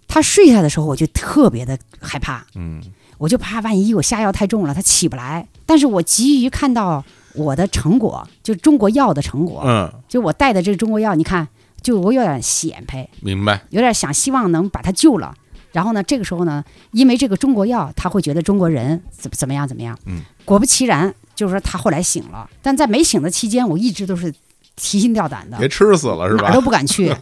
S2: 他睡下的时候，我就特别的害怕，
S1: 嗯
S2: 我就怕万一我下药太重了，他起不来。但是我急于看到我的成果，就中国药的成果，
S1: 嗯，
S2: 就我带的这个中国药，你看，就我有点显摆，
S1: 明白，
S2: 有点想希望能把他救了。然后呢，这个时候呢，因为这个中国药，他会觉得中国人怎么怎么样怎么样。
S1: 嗯，
S2: 果不其然，就是说他后来醒了，但在没醒 的期间，我一直都是提心吊胆的，
S1: 别吃死了是
S2: 嗯 哪
S1: 吧
S2: 儿都？不敢去。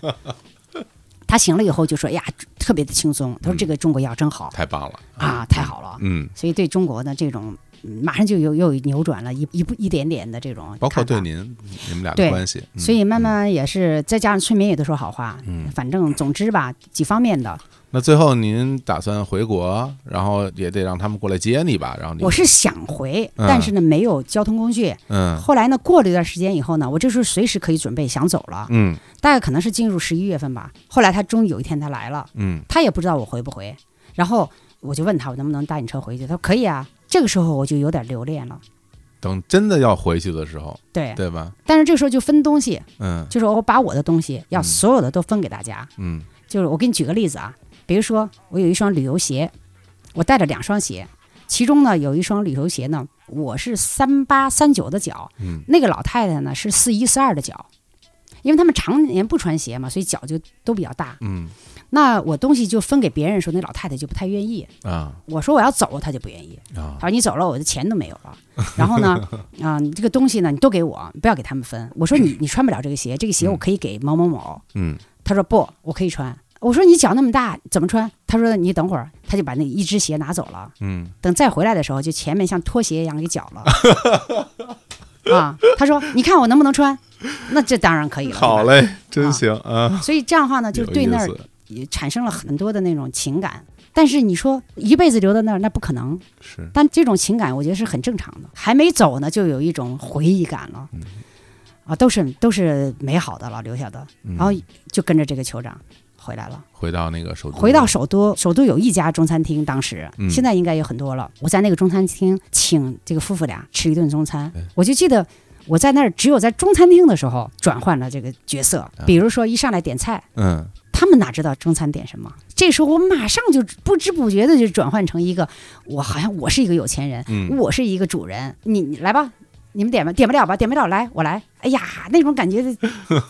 S2: 他醒了以后就说：“哎呀，特别的轻松。”他说：“这个中国药真好
S1: 嗯太棒了，
S2: 啊，太好了。”
S1: 嗯，
S2: 所以对中国的这种，嗯马上就有又扭转了一一步一点点的这种，
S1: 包括对。您你们俩的
S2: 对
S1: 关系，嗯
S2: 所以慢慢也是，再加上村民也都说好话，
S1: 嗯
S2: 反正总之吧，几方面的，
S1: 那最后您打算回国，然后也得让他们过来接你吧？然后你
S2: 我是想回，
S1: 嗯
S2: 但是呢没有交通工具。
S1: 嗯
S2: 后来呢，过了一段时间以后呢，我这时候随时可以准备想走了，
S1: 嗯
S2: 大概可能是进入十一月份吧。后来他终于有一天他来了，
S1: 嗯
S2: 他也不知道我回不回，然后我就问他我能不能搭你车回去，他说可以啊。这个时候我就有点留恋了，
S1: 等真的要回去的时候，
S2: 对。
S1: 对吧？
S2: 但是这时候就分东西，
S1: 嗯
S2: 就是我把我的东西要
S1: 嗯
S2: 所有的都分给大家。
S1: 嗯
S2: 就是我给你举个例子啊，比如说我有一双旅游鞋，我带了两双鞋，其中呢有一双旅游鞋呢，我是三八三九的脚，
S1: 嗯
S2: 那个老太太呢是四一四二的脚，因为他们常年不穿鞋嘛，所以脚就都比较大。
S1: 嗯
S2: 那我东西就分给别人的时候，那老太太就不太愿意。
S1: 啊
S2: 我说我要走，她就不愿意。
S1: 啊
S2: 她说你走了，我的钱都没有了。然后 呢，啊、你这个东西呢，你都给我，不要给他们分。我说 你你穿不了这个鞋，这个鞋我可以给某某某。
S1: 嗯
S2: 他说不，我可以穿。我说你脚那么大，怎么穿？他说你等会儿，他就把那一只鞋拿走了。
S1: 嗯
S2: 等再回来的时候，就前面像拖鞋一样给绞了。啊，他说你看我能不能穿？那这当然可以了。对吧
S1: 好。嘞，真
S2: 啊
S1: 行啊，
S2: 所以这样的话呢，就
S1: 有
S2: 对
S1: 意
S2: 那儿
S1: 思
S2: 也产生了很多的那种情感。但是你说一辈子留在那儿，那不可能。
S1: 是
S2: 但这种情感，我觉得是很正常的。还没走呢，就有一种回忆感了，
S1: 嗯
S2: 啊，都是都是美好的了，留下的。
S1: 嗯
S2: 然后就跟着这个酋长回来了。
S1: 回到那个首都，
S2: 回到首都，首都有一家中餐厅，当时、
S1: 嗯
S2: 现在应该有很多了。我在那个中餐厅请这个夫妇俩吃一顿中餐
S1: 哎，
S2: 我就记得我在那儿只有在中餐厅的时候转换了这个角色
S1: 啊。
S2: 比如说一上来点菜，
S1: 嗯
S2: 他们哪知道中餐点什么？这时候我马上就不知不觉的就转换成一个，我好像我是一个有钱人，
S1: 嗯
S2: 我是一个主人，你你来吧。你们点吧，点不了吧？点不了，来，我来。哎呀，那种感觉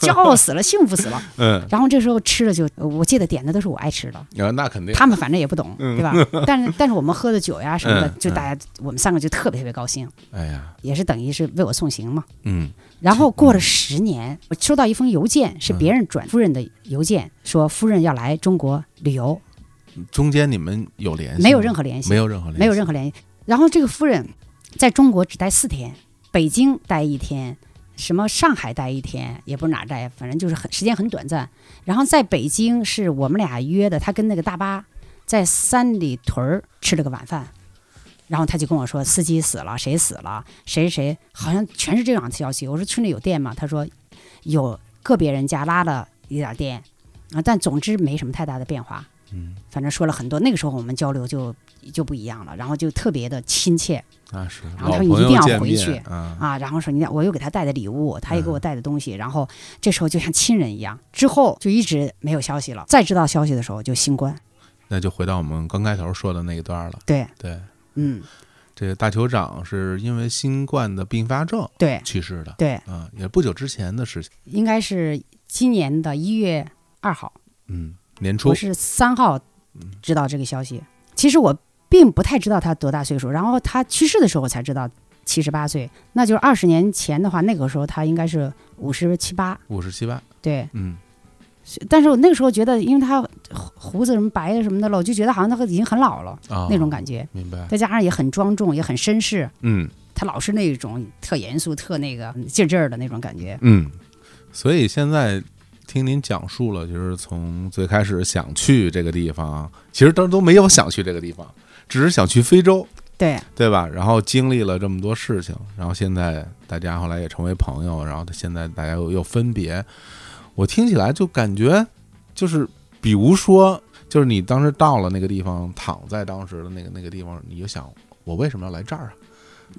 S2: 骄傲死了， 幸福死了。
S1: 嗯，
S2: 然后这时候吃的就，我记得点的都是我爱吃的，
S1: 然后那肯定
S2: 他们反正也不懂，对吧？ 但是但是我们喝的酒呀什么的
S1: 嗯，
S2: 就大家我们三个就特别特别高兴，
S1: 哎呀，
S2: 也是等于是为我送行嘛。
S1: 嗯嗯
S2: 然后过了十年，我收到一封邮件，是别人转夫人的邮件，说夫人要来中国旅游，
S1: 中间你们有联系吗？
S2: 没有任何联系
S1: 没有任何联系，
S2: 没有任何联系。然后这个夫人在中国只待四天，北京待一天。什么上海待一天，也不是哪儿待，反正就是很时间很短暂。然后在北京是我们俩约的，他跟那个大巴在三里屯儿吃了个晚饭，然后他就跟我说司机死了，谁死了，谁谁谁，好像全是这样的消息。我说村里有电吗？他说有个别人家拉了一点儿电啊，但总之没什么太大的变化。
S1: 嗯，
S2: 反正说了很多。那个时候我们交流就就不一样了，然后就特别的亲切
S1: 那啊是
S2: 然后
S1: 老
S2: 他们一
S1: 朋友
S2: 定要
S1: 见
S2: 回
S1: 面
S2: 去
S1: 啊，
S2: 啊。然后说你看，我又给他带的礼物，他也给我带的东西，然后这时候就像亲人一样。之后就一直没有消息了，再知道消息的时候就新冠。
S1: 那就回到我们刚开头说的那一段了，
S2: 对，
S1: 对。
S2: 嗯，
S1: 这个大酋长是因为新冠的并发症
S2: 对
S1: 去世的，
S2: 对，
S1: 啊，也不久之前的事情，
S2: 应该是今年的一月二号，
S1: 嗯，年初
S2: 我，是三号知道这个消息。其实我并不太知道他多大岁数，然后他去世的时候我才知道七十八岁，那就是二十年前的话，那个时候他应该是五十七八，
S1: 五十七八，
S2: 对。
S1: 嗯，
S2: 但是我那个时候觉得，因为他胡胡子什么白的什么的了，我就觉得好像他已经很老了、
S1: 啊，
S2: 那种感觉，
S1: 明白，
S2: 再加上也很庄重，也很绅士，
S1: 嗯
S2: 他老是那种特严肃、特那个嗯劲儿劲儿的那种感觉。
S1: 嗯，所以现在听您讲述了，就是从最开始想去这个地方，其实当时都没有想去这个地方，只是想去非洲，
S2: 对
S1: 对吧？然后经历了这么多事情，然后现在大家后来也成为朋友，然后现在大家又又分别，我听起来就感觉就是，比如说，就是你当时到了那个地方，躺在当时的那个那个地方，你就想，我为什么要来这儿啊？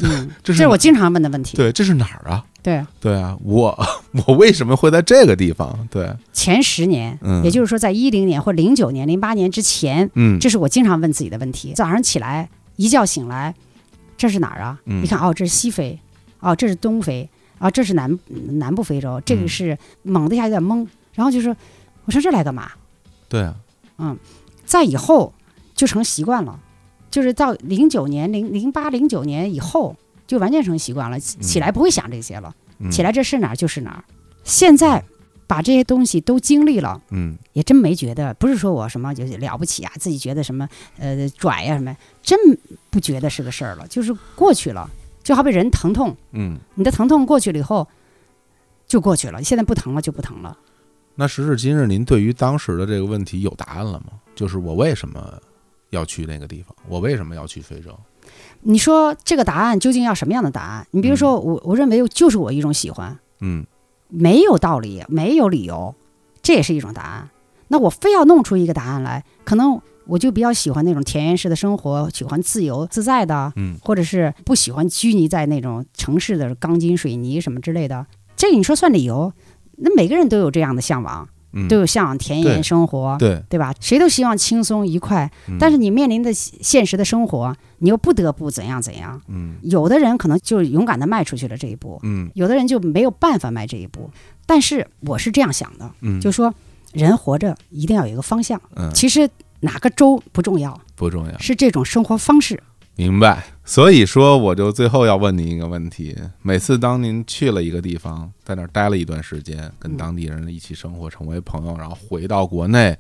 S2: 嗯，
S1: 这
S2: 这
S1: 是
S2: 是我经常问的问题。
S1: 对，这是哪儿啊？
S2: 对，
S1: 对啊，我 我为什么会在这个地方？对，啊
S2: 前十年，
S1: 嗯
S2: 也就是说在一零年或零九年、零八年之前，
S1: 嗯，
S2: 这是我经常问自己的问题。早上起来一觉醒来，这是哪儿啊？
S1: 嗯
S2: 一看哦，这是西非，哦，这是东非，啊，这是南南部非洲，这
S1: 嗯
S2: 个是猛的一下有点懵，然后就说我上这儿来干嘛？
S1: 对啊，
S2: 在以后就成习惯了，就是到零九年、零零八、零九年以后就完全成习惯了，起起来不会想这些了，
S1: 嗯
S2: 起来这是哪儿就是哪儿。现在把这些东西都经历了，
S1: 嗯
S2: 也真没觉得，不是说我什么就是了不起啊，自己觉得什么呃拽呀、什么，真不觉得是个事儿了，就是过去了。就好比人疼痛，
S1: 嗯，
S2: 你的疼痛过去了以后就过去了，现在不疼了就不疼了。
S1: 那时至今日，您对于当时的这个问题有答案了吗？就是我为什么要去那个地方？我为什么要去非洲？
S2: 你说这个答案究竟要什么样的答案？你比如说我，我认为就是我一种喜欢，
S1: 嗯
S2: 没有道理，没有理由，这也是一种答案。那我非要弄出一个答案来，可能我就比较喜欢那种田园式的生活，喜欢自由自在的，
S1: 嗯
S2: 或者是不喜欢拘泥在那种城市的钢筋水泥什么之类的。这个你说算理由？那每个人都有这样的向往，
S1: 嗯，
S2: 都有向往田
S1: 对
S2: 园生活，
S1: 对，
S2: 对吧？谁都希望轻松愉快，
S1: 嗯
S2: 但是你面临的现实的生活，你又不得不怎样怎样。
S1: 嗯
S2: 有的人可能就勇敢的迈出去了这一步，
S1: 嗯
S2: 有的人就没有办法迈这一步。但是我是这样想的，
S1: 嗯，
S2: 就说人活着一定要有一个方向。
S1: 嗯
S2: 其实哪个州不重要，
S1: 不重要。
S2: 是这种生活方式。
S1: 明白。所以说，我就最后要问您一个问题：每次当您去了一个地方，在那儿待了一段时间，
S2: 嗯
S1: 跟当地人一起生活，成为朋友，然后回到国内，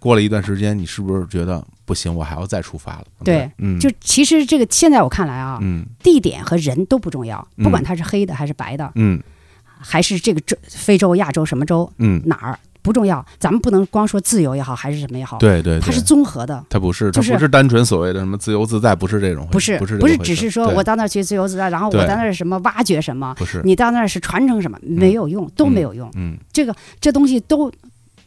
S1: 过了一段时间，你是不是觉得不行，我还要再出发了？
S2: 对
S1: 嗯，
S2: 就其实这个现在我看来啊，
S1: 嗯
S2: 地点和人都不重要，
S1: 嗯
S2: 不管它是黑的还是白的，
S1: 嗯
S2: 还是这个州、非洲、亚洲什么州
S1: 嗯，
S2: 哪儿不重要，咱们不能光说自由也好，还是什么也好，
S1: 对对对，
S2: 它是综合的。
S1: 它不是，它
S2: 就是
S1: 不是单纯所谓的什么自由自在，不是这种回事，不
S2: 不是
S1: 是这
S2: 不是，
S1: 个回
S2: 只
S1: 事
S2: 是说
S1: 对
S2: 我到那儿去自由自在，然后我
S1: 对
S2: 到那儿什么挖掘什么，
S1: 不是
S2: 你到那儿是传承什么，没有用，都没有用。
S1: 嗯，
S2: 这个这东西都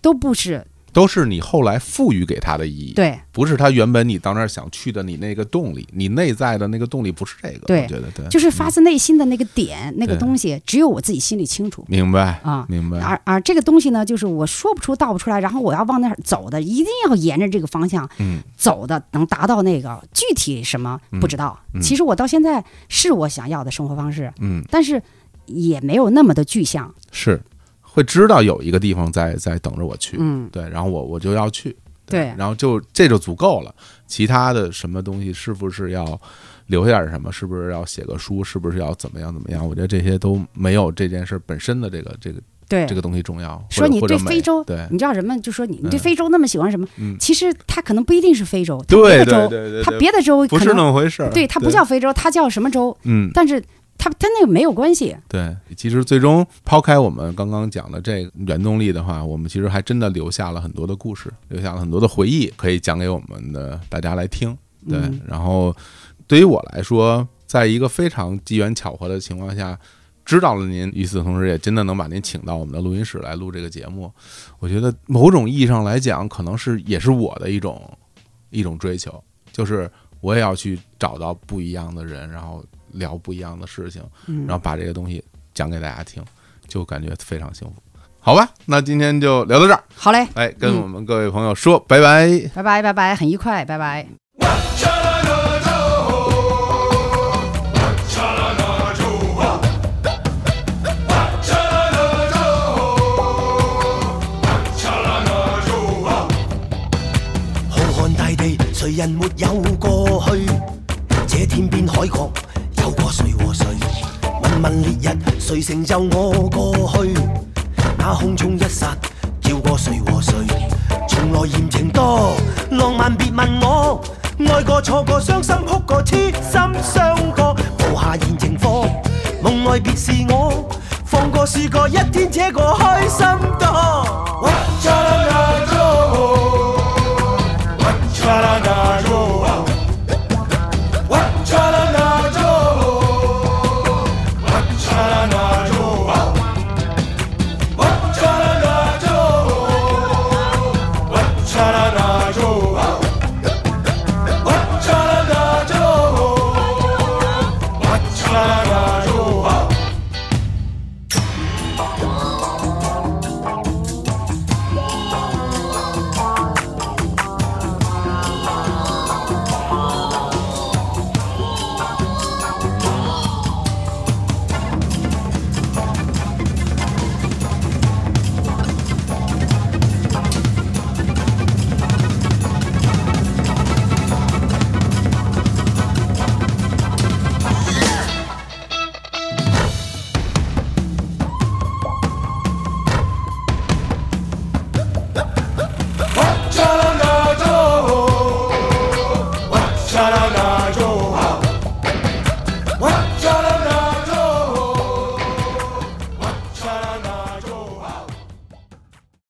S2: 都不是
S1: 都是你后来赋予给它的意义，，
S2: 对
S1: 不是它原本你到那儿想去的你那个动力，你内在的那个动力不是这个，
S2: 对
S1: 我觉得对，
S2: 就是发自内心的那个点，那个
S1: 嗯对
S2: 东西，只有我自己心里清楚
S1: 明白，
S2: 啊。
S1: 明白，
S2: 而而这个东西呢，就是我说不出道不出来，然后我要往那儿走的，一定要沿着这个方向
S1: 嗯
S2: 走的，能达到那个具体什么不知道。
S1: 嗯
S2: 其实我到现在是我想要的生活方式，
S1: 嗯，
S2: 但是也没有那么的具象。
S1: 是会知道有一个地方在在等着我去，
S2: 嗯，
S1: 对，然后我我就要去，
S2: 对
S1: 然后就这就足够了，其他的什么东西是不是要留下点什么，是不是要写个书，是不是要怎么样怎么样？我觉得这些都没有这件事本身的这个这个
S2: 对
S1: 这个东西重要。
S2: 说
S1: 或者
S2: 你
S1: 或者
S2: 对非
S1: 美
S2: 洲
S1: 对
S2: 你知道人们就说你你对
S1: 嗯
S2: 非洲那么喜欢什么？
S1: 嗯
S2: 其实它可能不一定是非洲，它别
S1: 对对
S2: 的州，
S1: 对对
S2: 它
S1: 对
S2: 别的州
S1: 不
S2: 可
S1: 是
S2: 能
S1: 那么回 事儿，
S2: 对，它不叫非洲，它叫什么州？
S1: 嗯。
S2: 但是它它那个没有关系。
S1: 对，其实最终抛开我们刚刚讲的这个原动力的话，我们其实还真的留下了很多的故事，留下了很多的回忆，可以讲给我们的大家来听。对，
S2: 嗯
S1: 然后对于我来说，在一个非常机缘巧合的情况下，知道了您，与此同时也真的能把您请到我们的录音室来录这个节目，我觉得某种意义上来讲，可能是也是我的一种一种追求，就是我也要去找到不一样的人，然后聊不一样的事情。
S2: 嗯
S1: 然后把这个东西讲给大家听，就感觉非常幸福。好吧，那今天就聊到这儿，
S2: 好嘞，
S1: 哎，跟我们各位朋友说拜拜。
S2: 拜拜拜拜，很愉快，拜拜。
S4: 浩瀚大地，誰人沒有過去？這天邊海角，有過誰和誰？問問烈日，誰成就我過去？那空中一剎，叫過誰和誰？從來嫌情多，浪漫別問我。愛過錯過，傷心哭過，痴心傷過，無下現情課。夢愛別是我，放過試過，一天這個開心多。
S5: What 沙啦那哟。